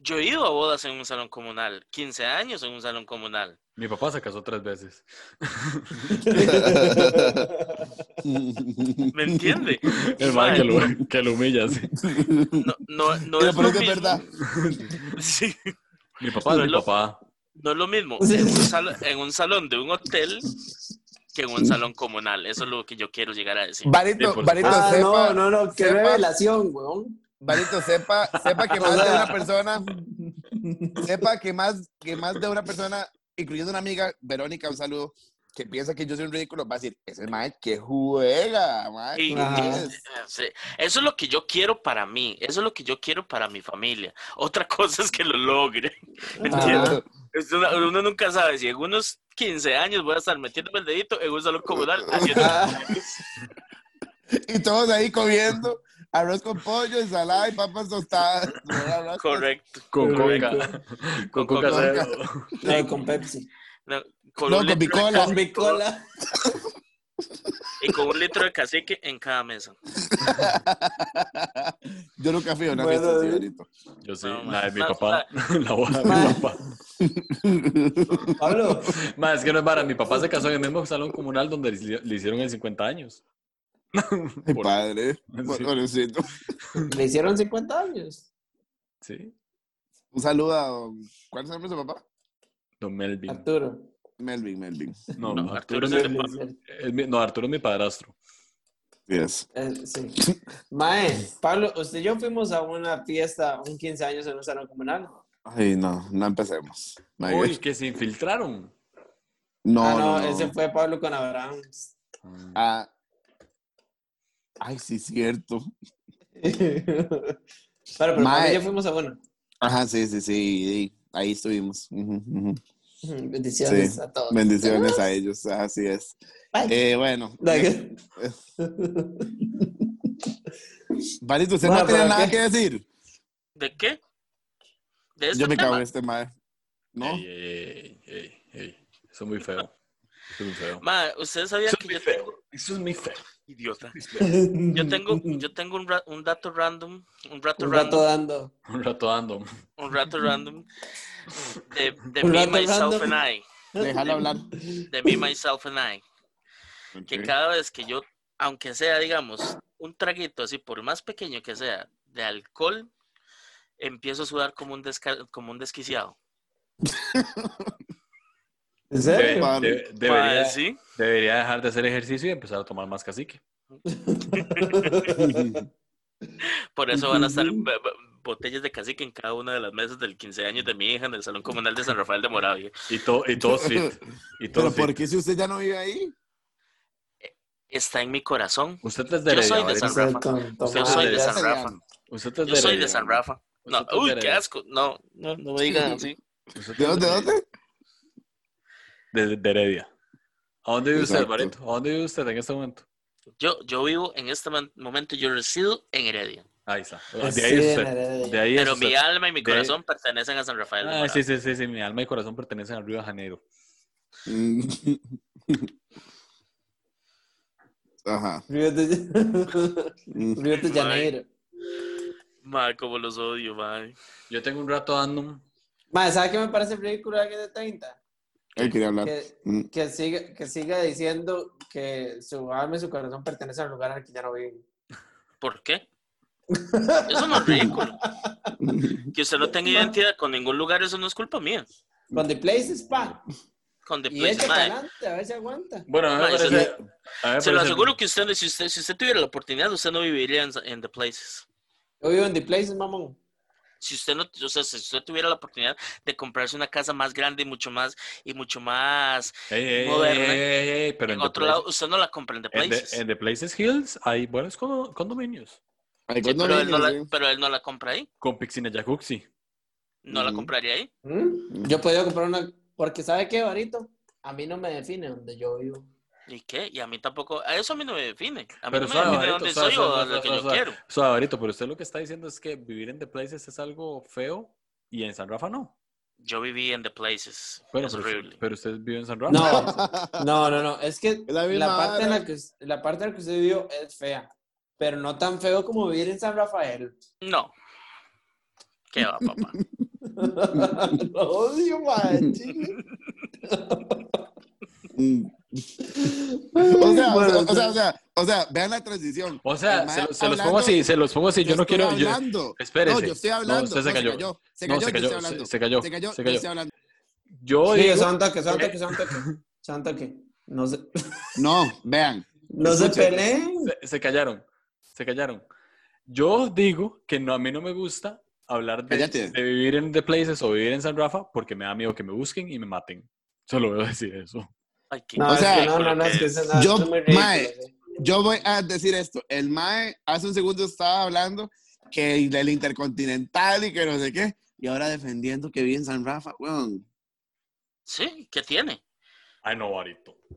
Speaker 4: Yo he ido a bodas en un salón comunal, 15 años en un salón comunal.
Speaker 2: Mi papá se casó tres veces.
Speaker 4: ¿Me entiende?
Speaker 2: El
Speaker 4: Mae,
Speaker 2: mae que lo, que lo humilla, sí.
Speaker 4: no, no, no
Speaker 1: Pero
Speaker 4: es
Speaker 1: pero
Speaker 4: lo
Speaker 1: es que es
Speaker 4: mismo.
Speaker 1: verdad.
Speaker 4: Sí,
Speaker 2: Mi papá es mi
Speaker 4: Lo-
Speaker 2: papá.
Speaker 4: no es lo mismo en un, sal- en un salón de un hotel que en un salón comunal. Eso es lo que yo quiero llegar a decir.
Speaker 1: Barito,
Speaker 2: Sí, por
Speaker 1: Barito
Speaker 3: Ah,
Speaker 1: sepa,
Speaker 3: no, no, no, qué
Speaker 1: sepa.
Speaker 3: revelación, weón.
Speaker 1: Barito sepa, sepa que
Speaker 3: O
Speaker 1: más de
Speaker 3: sea.
Speaker 1: una persona, sepa que más, que más de una persona, incluyendo una amiga, Verónica, un saludo, que piensa que yo soy un ridículo, va a decir, ese mae que juega, mae.
Speaker 4: Y-
Speaker 1: ¿tú
Speaker 3: Ajá.
Speaker 1: ves?".
Speaker 4: Sí, Eso es lo que yo quiero para mí, eso es lo que yo quiero para mi familia. Otra cosa es que lo logre. ¿Me
Speaker 1: Ah,
Speaker 4: entiendes?
Speaker 3: Ajá.
Speaker 4: Es una- uno nunca sabe si en unos 15 años voy a estar metiéndome el dedito en un salón comunal haciendo
Speaker 3: Ah,
Speaker 1: Y todos ahí comiendo arroz con pollo, ensalada y papas tostadas. ¿verdad? Arroz con-
Speaker 4: correcto.
Speaker 2: Con
Speaker 4: Correcto.
Speaker 2: coca. Con
Speaker 4: Con
Speaker 2: coca
Speaker 1: coca.
Speaker 2: cero.
Speaker 3: no, con Pepsi.
Speaker 4: No,
Speaker 1: No,
Speaker 4: un
Speaker 1: con
Speaker 4: litro de
Speaker 1: Bicola.
Speaker 4: ca-
Speaker 3: Con Bicola.
Speaker 4: Y con un litro de cacique en cada mesa.
Speaker 1: Yo nunca fui a una
Speaker 3: Bueno,
Speaker 1: fiesta así,
Speaker 3: eh.
Speaker 1: Barito.
Speaker 2: Yo sí,
Speaker 4: No,
Speaker 2: la de mi
Speaker 4: mae.
Speaker 2: papá. La boda de
Speaker 3: Mae.
Speaker 2: mi papá.
Speaker 3: Pablo,
Speaker 2: Mae, es que no es vara. Mi papá se casó en el mismo salón comunal donde le le hicieron el 50 años.
Speaker 1: Mi
Speaker 2: Por-
Speaker 1: padre,
Speaker 2: Sí.
Speaker 1: pobrecito.
Speaker 3: le hicieron 50 años.
Speaker 2: Sí,
Speaker 1: Un saludo a don- ¿Cuál es el nombre de su papá?
Speaker 2: don Melvin.
Speaker 3: Arturo.
Speaker 1: Melvin, Melvin.
Speaker 2: No,
Speaker 4: No,
Speaker 2: no, Arturo,
Speaker 4: Arturo es
Speaker 2: es
Speaker 4: el
Speaker 2: mi-
Speaker 4: de
Speaker 2: es mi- no, Arturo es mi padrastro.
Speaker 1: Yes.
Speaker 3: Eh, sí. Mae, Pablo, usted y yo fuimos a una fiesta, un 15 años en un salón comunal.
Speaker 1: Ay, no, no empecemos. My God.
Speaker 2: Uy, que se infiltraron.
Speaker 1: no,
Speaker 3: ah,
Speaker 1: no,
Speaker 3: no,
Speaker 1: no.
Speaker 3: ese fue Pablo con Abraham.
Speaker 1: Ah. Ay, sí, cierto.
Speaker 3: Pero, pero Pablo
Speaker 1: Mae.
Speaker 3: y yo fuimos a uno.
Speaker 1: Ajá, sí, sí, sí. sí. Ahí estuvimos. Ujú, ujú.
Speaker 3: Bendiciones
Speaker 1: Sí.
Speaker 3: a todos.
Speaker 1: Bendiciones a ellos. Así es.
Speaker 3: Bye.
Speaker 1: Eh, bueno.
Speaker 3: Like-
Speaker 1: Barito, ¿usted
Speaker 3: Bueno,
Speaker 1: no tiene
Speaker 3: pero
Speaker 1: nada
Speaker 3: ¿qué?
Speaker 1: que decir?
Speaker 4: ¿De qué? De este
Speaker 1: Yo me
Speaker 4: tema.
Speaker 1: cago en este mae. ¿No?
Speaker 2: Ey, ey, ey, ey, ey. Eso es muy feo. Eso es muy feo.
Speaker 4: Ma, ustedes sabían que yo tengo...
Speaker 2: Eso es muy feo.
Speaker 4: Idiota. Yo tengo, yo tengo un, ra- un dato random, un rato
Speaker 3: un
Speaker 4: random,
Speaker 3: rato dando.
Speaker 2: Un rato dando.
Speaker 4: un rato random de, de
Speaker 3: Un
Speaker 4: me,
Speaker 3: rato
Speaker 4: myself
Speaker 3: random.
Speaker 4: and I,
Speaker 1: Déjalo hablar.
Speaker 4: de me, myself and I, que cada vez que yo, aunque sea, digamos, un traguito así, por más pequeño que sea, de alcohol, empiezo a sudar como un, desca- como un desquiciado.
Speaker 3: ¿En
Speaker 2: Debe-
Speaker 3: serio?
Speaker 1: Vale.
Speaker 2: de- debería,
Speaker 4: Ma, sí.
Speaker 2: debería dejar de hacer ejercicio y empezar a tomar más cacique.
Speaker 4: Por eso van a estar b- b- botellas de cacique en cada una de las mesas del 15 años de mi hija en el Salón Comunal de San Rafael de Moravia.
Speaker 2: Y, to- y todos fit. Y
Speaker 1: Pero
Speaker 2: todos
Speaker 1: ¿por
Speaker 2: fit.
Speaker 1: qué si usted ya no vive ahí?
Speaker 4: Está en mi corazón.
Speaker 2: Usted es de
Speaker 4: Yo soy
Speaker 2: Heredia,
Speaker 4: de
Speaker 2: ¿verdad?
Speaker 4: San Rafa. Yo
Speaker 2: Ah,
Speaker 4: soy de
Speaker 2: ya
Speaker 4: San
Speaker 1: serían.
Speaker 4: Rafa.
Speaker 2: Usted es
Speaker 4: Yo soy de
Speaker 2: Heredia.
Speaker 4: San Rafa. No,
Speaker 2: Usted es de
Speaker 4: uy, qué
Speaker 2: Heredia.
Speaker 4: asco. No, no, no me digan así.
Speaker 2: Usted es
Speaker 1: ¿De dónde? ¿De
Speaker 2: Heredia.
Speaker 1: dónde?
Speaker 2: De, de Heredia. ¿A dónde vive usted,
Speaker 1: Exacto.
Speaker 2: Alvarito? ¿A dónde vive usted en este momento?
Speaker 4: Yo, yo vivo en este man- momento, yo resido en Heredia.
Speaker 2: Ahí está. Ah, De ahí
Speaker 3: Sí,
Speaker 2: es
Speaker 3: en
Speaker 2: usted.
Speaker 3: Heredia.
Speaker 2: De ahí es
Speaker 4: Pero
Speaker 2: usted.
Speaker 4: mi alma y mi
Speaker 2: de-
Speaker 4: corazón pertenecen a San Rafael. de
Speaker 2: Ah,
Speaker 4: Moravia.
Speaker 2: sí, sí, sí, sí, mi alma y corazón pertenecen a Río de Janeiro.
Speaker 1: Mm. Ajá.
Speaker 3: Río de,
Speaker 1: Mm.
Speaker 3: Río de Janeiro.
Speaker 4: Ma, como los odio, ma.
Speaker 2: Yo tengo un rato dando
Speaker 3: Mae, ¿sabes qué me parece ridículo de alguien de 30?
Speaker 1: Él quería hablar.
Speaker 3: Que,
Speaker 1: Mm.
Speaker 3: que, siga, que siga diciendo que su alma y su corazón pertenecen al lugar en el que ya no viven.
Speaker 4: ¿Por qué? Eso no es ridículo. Que usted no tenga identidad con ningún lugar, eso no es culpa mía.
Speaker 3: Con The Place Spa.
Speaker 4: Con The
Speaker 3: Y
Speaker 4: Place,
Speaker 3: echa para
Speaker 4: ma.
Speaker 3: adelante, a ver si aguanta.
Speaker 2: Bueno, a mí me
Speaker 4: Ma, eso
Speaker 2: parece. a mí me
Speaker 4: Se lo
Speaker 2: parece-
Speaker 4: aseguro que usted, si usted, si usted tuviera la oportunidad, usted no viviría en, en The Places.
Speaker 3: Yo vivo en The Places, mamón.
Speaker 4: Si usted no, o sea, si usted tuviera la oportunidad de comprarse una casa más grande y mucho más, y mucho más
Speaker 2: Ey, ey,
Speaker 4: moderna.
Speaker 2: ey, ey, ey, pero
Speaker 4: ¿eh? en
Speaker 2: The
Speaker 4: otro
Speaker 2: Place-
Speaker 4: lado, usted no la compra en The
Speaker 2: en
Speaker 4: Places.
Speaker 2: the, en The Places Hills hay buenos condo- condominios
Speaker 1: Ay,
Speaker 4: Sí, pero, él no
Speaker 1: condominio,
Speaker 4: la,
Speaker 1: sí.
Speaker 4: pero él no la compra ahí.
Speaker 2: con piscina jacuzzi.
Speaker 4: No la
Speaker 1: Ujú.
Speaker 4: compraría ahí.
Speaker 3: ¿Mm? Yo he podido comprar una. Porque, ¿sabe qué, Barito? A mí no me define donde yo vivo.
Speaker 4: ¿Y qué? Y a mí tampoco. A eso a mí no me define. A mí
Speaker 2: Pero
Speaker 4: no me
Speaker 2: suave,
Speaker 4: define
Speaker 2: Barito,
Speaker 4: dónde
Speaker 2: suave,
Speaker 4: soy
Speaker 2: suave,
Speaker 4: o
Speaker 2: suave,
Speaker 4: lo que
Speaker 2: suave,
Speaker 4: yo
Speaker 2: suave.
Speaker 4: quiero.
Speaker 2: Suave, Barito, pero usted lo que está diciendo es que vivir en The Places es algo feo y en San Rafa no.
Speaker 4: Yo viví en The Places.
Speaker 2: Bueno,
Speaker 4: es
Speaker 2: pero,
Speaker 4: horrible.
Speaker 2: pero usted vive en San Rafa.
Speaker 3: No, no, no, no. Es que
Speaker 1: la
Speaker 3: la,
Speaker 1: misma
Speaker 3: parte en
Speaker 1: vara.
Speaker 3: la, que, us- la parte en la que usted vivió es fea. Pero no tan feo como vivir en San Rafael.
Speaker 4: No. ¿Qué va, papá?
Speaker 3: Lo odio, man. Chile.
Speaker 1: Mm. O sea, o sea, o sea, o sea, o sea, vean la transición.
Speaker 2: O sea,
Speaker 1: El
Speaker 2: se, lo-
Speaker 1: mae
Speaker 2: se los
Speaker 1: hablando,
Speaker 2: pongo así, se los pongo así. Yo, no
Speaker 1: estoy
Speaker 2: quiero. yo-
Speaker 1: Hablando.
Speaker 2: espérese.
Speaker 1: No, yo estoy hablando.
Speaker 2: No, usted se
Speaker 1: No,
Speaker 2: cayó.
Speaker 1: Se
Speaker 2: No,
Speaker 1: cayó,
Speaker 2: se
Speaker 1: yo
Speaker 2: cayó,
Speaker 1: estoy
Speaker 2: se-
Speaker 1: hablando.
Speaker 2: se cayó,
Speaker 1: Se cayó,
Speaker 2: se
Speaker 1: yo
Speaker 2: cayó.
Speaker 1: estoy hablando.
Speaker 2: Yo
Speaker 3: Sí,
Speaker 2: digo-
Speaker 3: son toques, son toques, son toques. Son toques. No se,
Speaker 1: No, vean.
Speaker 3: no se
Speaker 2: Escuche.
Speaker 3: peleen.
Speaker 2: se, se callaron, se callaron. Yo digo que no, a mí no me gusta hablar de,
Speaker 1: Cállate.
Speaker 2: de vivir en The Places o vivir en San Rafa porque me da miedo que me busquen y me maten. Solo voy a decir eso.
Speaker 4: Ay, qué
Speaker 3: No,
Speaker 1: O
Speaker 3: es
Speaker 1: sea,
Speaker 3: que no, no, no, es que eso no,
Speaker 1: yo-
Speaker 3: eso es muy ridículo,
Speaker 1: mae,
Speaker 3: sí.
Speaker 1: Yo voy a decir esto. El Mae hace un segundo estaba hablando que del Intercontinental y que no sé qué. Y ahora defendiendo que vive en San Rafa. Weón.
Speaker 4: Sí, ¿qué tiene?
Speaker 2: Ay, no, Barito. O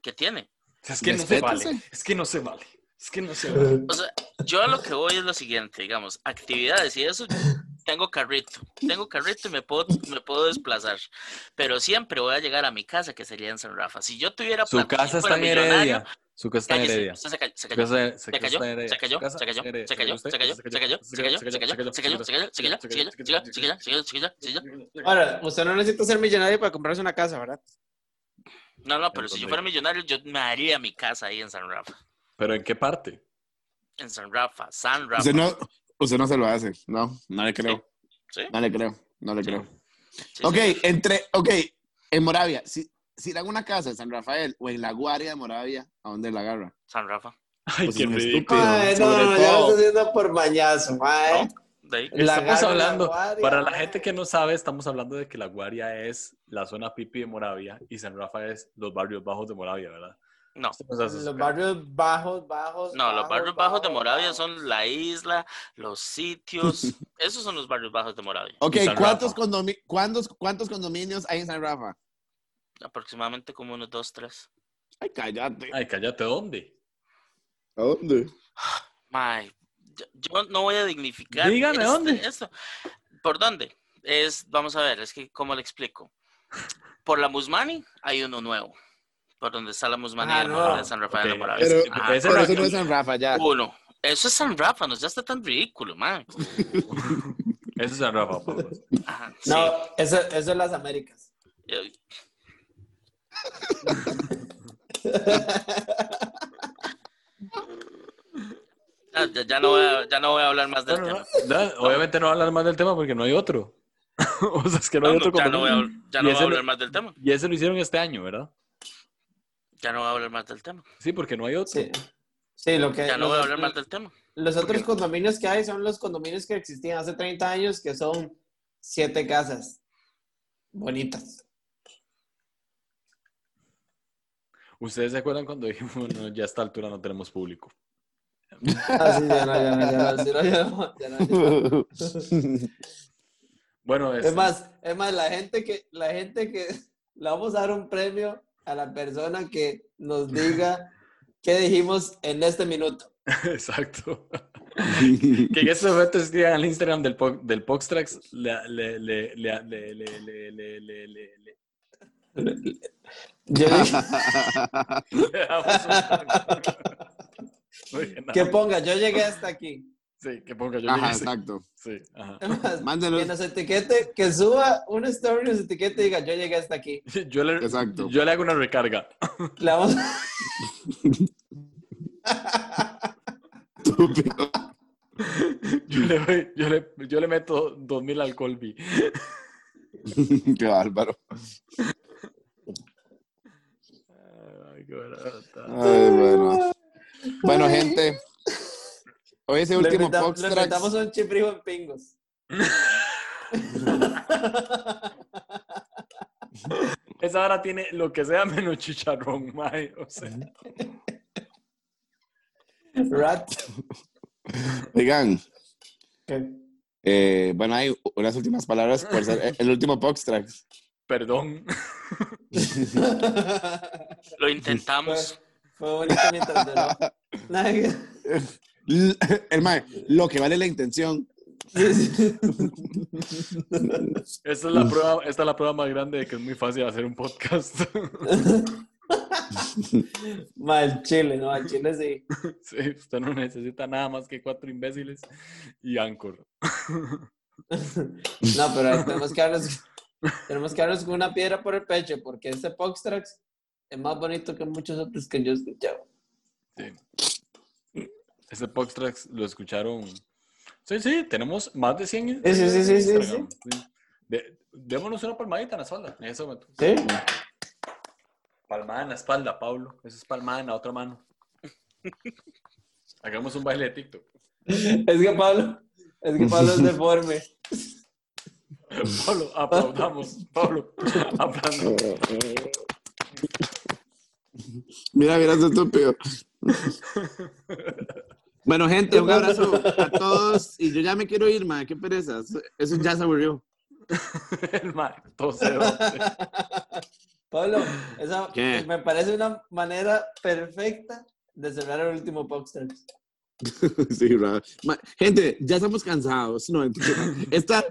Speaker 4: ¿Qué tiene?
Speaker 2: sea, es que no se
Speaker 1: Respétese.
Speaker 2: vale. Es que no se vale. Es que no se vale.
Speaker 4: O sea, yo a lo que voy es lo siguiente, digamos, actividades y eso, tengo carrito, tengo carrito y me puedo, me puedo desplazar, pero siempre voy a llegar a mi casa, que sería en San Rafa. Si yo tuviera
Speaker 2: Su
Speaker 4: plata y
Speaker 2: casa está
Speaker 4: fuera
Speaker 2: en
Speaker 4: millonario,
Speaker 2: Heredia. Su casa está en
Speaker 4: cállese,
Speaker 2: Heredia.
Speaker 4: usted se cayó, se
Speaker 2: Su
Speaker 4: cayó.
Speaker 2: casa- su
Speaker 4: Se
Speaker 2: casa
Speaker 4: cayó,
Speaker 2: está en Heredia.
Speaker 4: se cayó,
Speaker 2: Su casa
Speaker 4: se cayó,
Speaker 2: está en Heredia.
Speaker 4: se cayó, se cayó, se cayó, se cayó, se cayó, se cayó, se cayó, se cayó, se cayó, se cayó, se cayó, se cayó, se cayó, se cayó.
Speaker 3: Ahora, usted no necesita ser millonario para comprarse una casa, ¿verdad?
Speaker 4: No, no, pero si
Speaker 2: Entonces-
Speaker 4: yo fuera millonario, yo me haría mi casa ahí en San Rafa.
Speaker 2: Pero ¿en qué parte?
Speaker 4: En San Rafa, San Rafa.
Speaker 1: Usted Pues no, usted no se lo hace. No, no le creo.
Speaker 4: Sí,
Speaker 1: No le creo. No le creo.
Speaker 4: sí,
Speaker 1: Ok,
Speaker 4: sí.
Speaker 1: entre, ok, en Moravia, si, si le hago una casa en San Rafael o en la Guardia de Moravia, ¿a dónnde la agarra?
Speaker 4: San Rafa.
Speaker 2: Ay,
Speaker 1: Pues
Speaker 2: qué
Speaker 1: un
Speaker 2: ridículo.
Speaker 1: estúpido.
Speaker 3: Mae, no,
Speaker 1: sobre
Speaker 3: no, ya lo
Speaker 1: todo.
Speaker 3: está haciendo por mañazo, mae.
Speaker 4: No, de ahí.
Speaker 3: La
Speaker 2: Estamos
Speaker 3: Garra,
Speaker 2: hablando,
Speaker 3: la Guaria,
Speaker 2: para la
Speaker 3: mae.
Speaker 2: gente que no sabe, estamos hablando de que La Guaria es la zona pipi de Moravia y San Rafa es los barrios bajos de Moravia, ¿verdad?
Speaker 4: No.
Speaker 2: Estamos a sus-
Speaker 3: Los barrios bajos, bajos.
Speaker 4: No, los barrios bajos de Moravia son la isla, los sitios. Esos son los barrios bajos de Moravia.
Speaker 1: Ok,
Speaker 2: San Rafa.
Speaker 1: ¿cuántos, condomi- cuántos- ¿cuántos condominios hay en San Rafa?
Speaker 4: Aproximadamente como unos dos, tres.
Speaker 1: Ay, cállate.
Speaker 2: Ay, cállate, ¿dónde?
Speaker 1: ¿A dónde?
Speaker 4: May, yo, yo no voy a dignificar.
Speaker 2: Dígame,
Speaker 4: este-
Speaker 2: ¿dónde?
Speaker 4: Esto. ¿Por dónde? Es, vamos a ver, es que, ¿cómo le explico? Por la Musmani hay uno nuevo. Por donde está la Musmani
Speaker 3: Ah,
Speaker 4: en
Speaker 3: no.
Speaker 4: Moravia, San Rafael de
Speaker 2: Ok,
Speaker 4: Moravia.
Speaker 1: pero-
Speaker 4: Ah,
Speaker 2: pero ese
Speaker 1: Pero
Speaker 2: no-
Speaker 1: eso no es San Rafa, ya.
Speaker 4: uno. Eso es San Rafa, no ya está tan ridículo, man.
Speaker 2: Eso es San Rafa, pues. papás.
Speaker 4: Ajá, sí.
Speaker 3: No, eso, eso es las Américas.
Speaker 4: Eh, ah, Ya, ya no voy a, ya no voy a hablar más del
Speaker 2: Bueno,
Speaker 4: tema.
Speaker 2: no, no, obviamente no hablar más del tema porque no hay otro. o sea, es que no hay
Speaker 4: No, no,
Speaker 2: otro
Speaker 4: ya no voy a,
Speaker 2: condominio.
Speaker 4: habl- ya
Speaker 2: Y
Speaker 4: no voy
Speaker 2: ese
Speaker 4: a
Speaker 2: no-
Speaker 4: hablar más del tema.
Speaker 2: Y ese lo hicieron este año, ¿verdad?
Speaker 4: Ya no voy a hablar más del tema.
Speaker 2: Sí, porque Eh, no hay otro.
Speaker 3: Sí. Sí, lo que...
Speaker 4: Ya no
Speaker 3: los-
Speaker 4: voy a hablar más del tema.
Speaker 3: Los
Speaker 1: Porque-
Speaker 3: otros condominios que hay son los condominios que existían hace 30 años, que son siete casas bonitas.
Speaker 2: ¿Ustedes se acuerdan cuando dijimos, "No, ya a esta altura no tenemos público?
Speaker 3: Ah, sí, ya no, ya no, ya no, sí, no, ya no, ya no, ya no.
Speaker 2: Bueno, este,
Speaker 3: Es más, es más, la gente que, la gente que le vamos a dar un premio a la persona que nos diga qué dijimos en este minuto.
Speaker 2: exacto. Que en estos momentos escriban al Instagram del, po- del Poxtrax, le, le, le, le, le, le, le, le, le, le- le-
Speaker 3: Yo dije-
Speaker 2: le damos un- Muy bien,
Speaker 3: que
Speaker 2: ajá.
Speaker 3: ponga, yo llegué hasta aquí.
Speaker 2: Sí, que ponga yo.
Speaker 1: Ajá,
Speaker 2: llegué, sí,
Speaker 1: exacto.
Speaker 2: sí, ajá.
Speaker 3: Es más,
Speaker 1: Mándenos.
Speaker 3: Que nos etiquete, que suba una story, nos etiquete y diga, yo llegué hasta aquí.
Speaker 2: Yo le,
Speaker 1: Exacto.
Speaker 2: yo le hago una recarga.
Speaker 3: Le vamos
Speaker 1: Estúpido.
Speaker 2: Yo le, doy- yo le, yo le meto 2000 al Colby.
Speaker 1: Qué bárbaro.
Speaker 2: Ay, qué barata.
Speaker 1: Ay, bueno. Bueno, gente. Hoy es el
Speaker 3: Le
Speaker 1: último
Speaker 3: inventa- le
Speaker 1: Poxtrax.
Speaker 3: inventamos un chifrijo en pingos.
Speaker 2: Esa ahora tiene lo que sea menos chicharrón, mae. O sea,
Speaker 3: Rat.
Speaker 1: Oigan, eh, bueno, hay unas últimas palabras por ser el último Poxtrax.
Speaker 2: perdón.
Speaker 4: Lo intentamos.
Speaker 3: Fue bonito mientras duró. Nada que-
Speaker 1: El mae, lo que vale la intención.
Speaker 3: Sí, sí.
Speaker 2: Esta es la prueba, esta es la prueba más grande de que es muy fácil hacer un podcast.
Speaker 3: Ma, el chile, no, el chile sí.
Speaker 2: Sí, usted no necesita nada más que cuatro imbéciles y Anchor.
Speaker 3: No, pero ahí tenemos que darnos, tenemos que darnos con una piedra por el pecho, porque este Poxtrax es más bonito que muchos otros que yo he escuchado.
Speaker 2: Este podcast lo escucharon. Sí, sí, tenemos más de 100.
Speaker 3: Sí, sí, sí, sí, sí,
Speaker 2: Instagram. Sí. De- démonos una palmadita en la espalda. En ese momento.
Speaker 3: ¿Sí?
Speaker 2: Palmada en la espalda, Pablo. Eso es palmada en la otra mano. Hagamos un baile de TikTok.
Speaker 3: Es que Pablo, es que Pablo es deforme.
Speaker 2: Pablo, aplaudamos. Pablo, aplaudamos.
Speaker 1: Mira, mira, ese estúpido. Bueno, gente, un abrazo a todos. Y yo ya me quiero ir, mae. Qué pereza. Eso ya se aburrió.
Speaker 2: El mar, todo se
Speaker 3: Pablo, esa
Speaker 1: ¿Qué?
Speaker 3: me parece una manera perfecta de cerrar el último Poxtrax.
Speaker 1: Sí, ra- ma- Gente, ya estamos cansados. No, mentira. esta,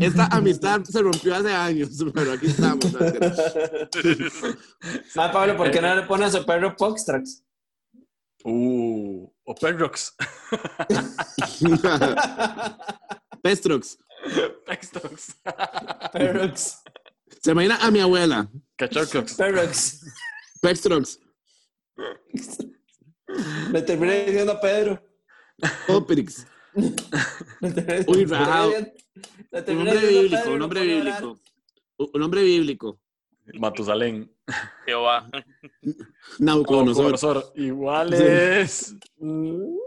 Speaker 1: esta amistad se rompió hace años, pero aquí estamos.
Speaker 3: Ma, Pablo, ¿por qué no le pones a su perro Poxtrax?
Speaker 2: Uh, Open Rocks.
Speaker 1: Pestrox.
Speaker 2: Textox.
Speaker 3: Perrox,
Speaker 1: Se imagina a mi abuela.
Speaker 2: Cachorcox.
Speaker 3: Perrox.
Speaker 1: Pestrox.
Speaker 3: Me terminé diciendo Pedro.
Speaker 1: Oprix.
Speaker 3: Me terminé-
Speaker 1: Uy,
Speaker 3: me
Speaker 1: rajao.
Speaker 3: terminé- me
Speaker 1: Un
Speaker 3: terminé
Speaker 1: hombre
Speaker 3: diciendo
Speaker 1: bíblico,
Speaker 3: Pedro y
Speaker 1: un
Speaker 3: lo
Speaker 1: hombre
Speaker 3: pone a orar.
Speaker 1: bíblico. Un un hombre bíblico.
Speaker 2: Matusalén.
Speaker 4: Jehová.
Speaker 1: Nauconosor.
Speaker 2: Nabucodonosor. Iguales.
Speaker 3: Mm.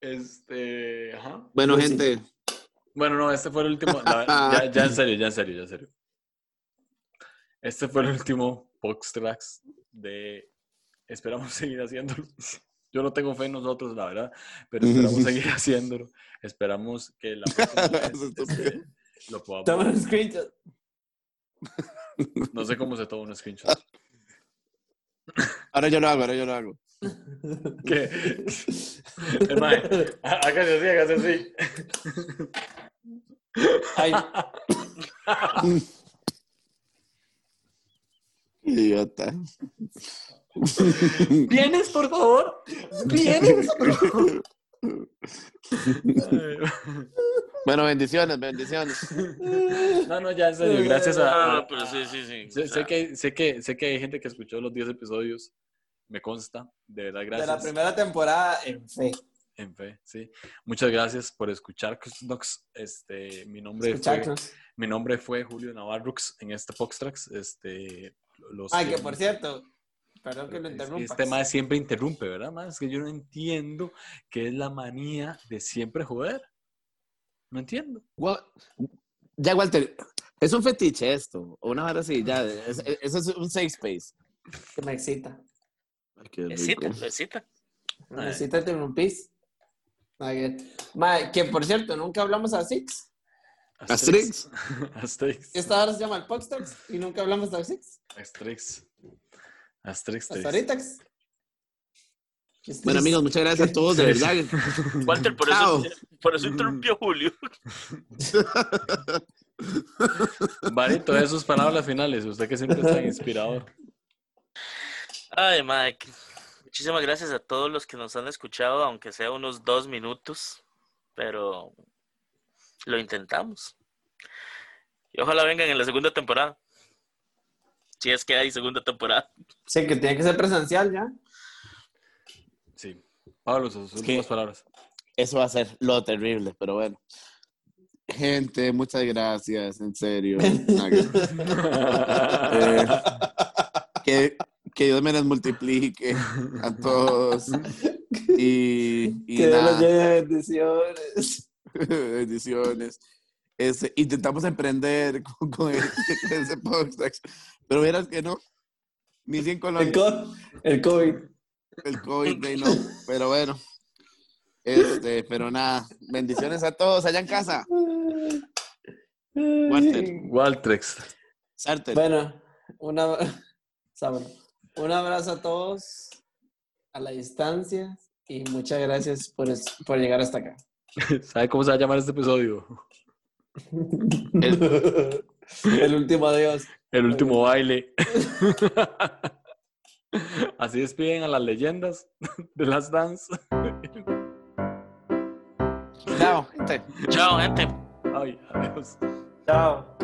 Speaker 2: Este. Ajá.
Speaker 1: Bueno,
Speaker 3: Pues sí.
Speaker 1: gente.
Speaker 2: Bueno, no, este fue el último. la- ya, ya en serio, ya en serio, ya en serio. Este fue el último Box Tracks de. Esperamos seguir haciéndolo. Yo no tengo fe en nosotros, la verdad, pero esperamos seguir haciéndolo. Esperamos que la próxima vez,
Speaker 1: Eso es estúpido.
Speaker 2: este, lo
Speaker 3: Toma
Speaker 2: podamos.
Speaker 3: un screenshot.
Speaker 2: No sé cómo se toma un screenshot.
Speaker 1: Ahora yo lo hago, ahora yo lo hago.
Speaker 2: Que, Eh, mae, há- hágase así, hágase así.
Speaker 3: Ay,
Speaker 1: Idiota.
Speaker 2: ¿Vienes, por favor? ¿Vienes?
Speaker 1: Bueno, bendiciones, bendiciones.
Speaker 2: No, no, ya en serio, gracias a-
Speaker 4: No,
Speaker 2: a,
Speaker 4: no, Ah, pero sí, sí, sí.
Speaker 2: Ah, Sé,
Speaker 4: O
Speaker 2: sé
Speaker 4: sea,
Speaker 2: que, sé, que, sé que hay gente que escuchó los 10 episodios, me consta, de verdad,
Speaker 3: de la
Speaker 2: gracias.
Speaker 3: primera temporada en fe.
Speaker 2: En fe, sí. Muchas gracias por escuchar, Cusnox. Este, mi, nombre fue,
Speaker 3: Escuchadnos.
Speaker 2: mi nombre fue Julio Navarrux en este Foxtrax. Este, los
Speaker 3: Ay, que
Speaker 2: quiero
Speaker 3: por
Speaker 2: mucho.
Speaker 3: cierto, Perdón que lo
Speaker 2: Es que
Speaker 3: interrumpa.
Speaker 2: Este mae siempre interrumpe, ¿verdad, mae? Es que yo no entiendo qué es la manía de siempre joder. No entiendo.
Speaker 1: Gua- Ya, Walter, es un fetiche esto, o una vara así, ya, es- es- eso es, un safe space.
Speaker 3: que me excita.
Speaker 1: Ay, qué rico.
Speaker 4: Excita, lo excita.
Speaker 1: Ah,
Speaker 3: Me
Speaker 2: Ay.
Speaker 3: excita interrumpís. Mae, mae, que por cierto, nunca hablamos a Six.
Speaker 1: Asterix.
Speaker 2: Asterix.
Speaker 3: Esta hora se llama el Podstars y nunca hablamos a Six.
Speaker 2: Asterix. Asterix.
Speaker 3: Hasta ahorita. Este,
Speaker 1: Bueno, amigos, muchas gracias a todos, de
Speaker 2: Sí,
Speaker 1: verdad.
Speaker 4: Walter, por
Speaker 1: Chao.
Speaker 4: eso, por eso interrumpió Julio.
Speaker 2: Barito, de sus palabras finales. Usted que siempre está inspirador.
Speaker 4: Ay, Mike. Muchísimas gracias a todos los que nos han escuchado, aunque sea unos dos minutos, pero lo intentamos. Y ojalá vengan en la segunda temporada. Si es que hay segunda temporada.
Speaker 3: Sí, que tiene que ser presencial ya.
Speaker 2: Sí. Pablo, sus últimas palabras.
Speaker 1: Eso va a ser lo terrible, pero bueno. Gente, muchas gracias, en serio. Eh, que, que Dios me las multiplique a todos. Y, y
Speaker 3: que Dios
Speaker 1: nada.
Speaker 3: los llene de bendiciones.
Speaker 1: Bendiciones. Este, intentamos emprender con, con el- con ese podcast, pero verás que no. Ni 100
Speaker 3: El,
Speaker 1: colones.
Speaker 3: co- el COVID.
Speaker 1: El COVID, de ahí no. Pero bueno. Este, pero nada. Bendiciones a todos allá en casa. Walter.
Speaker 2: Waltrex.
Speaker 1: Sartre.
Speaker 3: Bueno, una, saben, un abrazo a todos a la distancia y muchas gracias por, es- por llegar hasta acá.
Speaker 2: ¿Sabe cómo se va a llamar este episodio?
Speaker 3: El, último adiós.
Speaker 2: El último baile. Así despiden a las leyendas de las dance.
Speaker 1: Chao, gente.
Speaker 4: Chao, gente.
Speaker 2: Ay, adiós.
Speaker 3: Chao.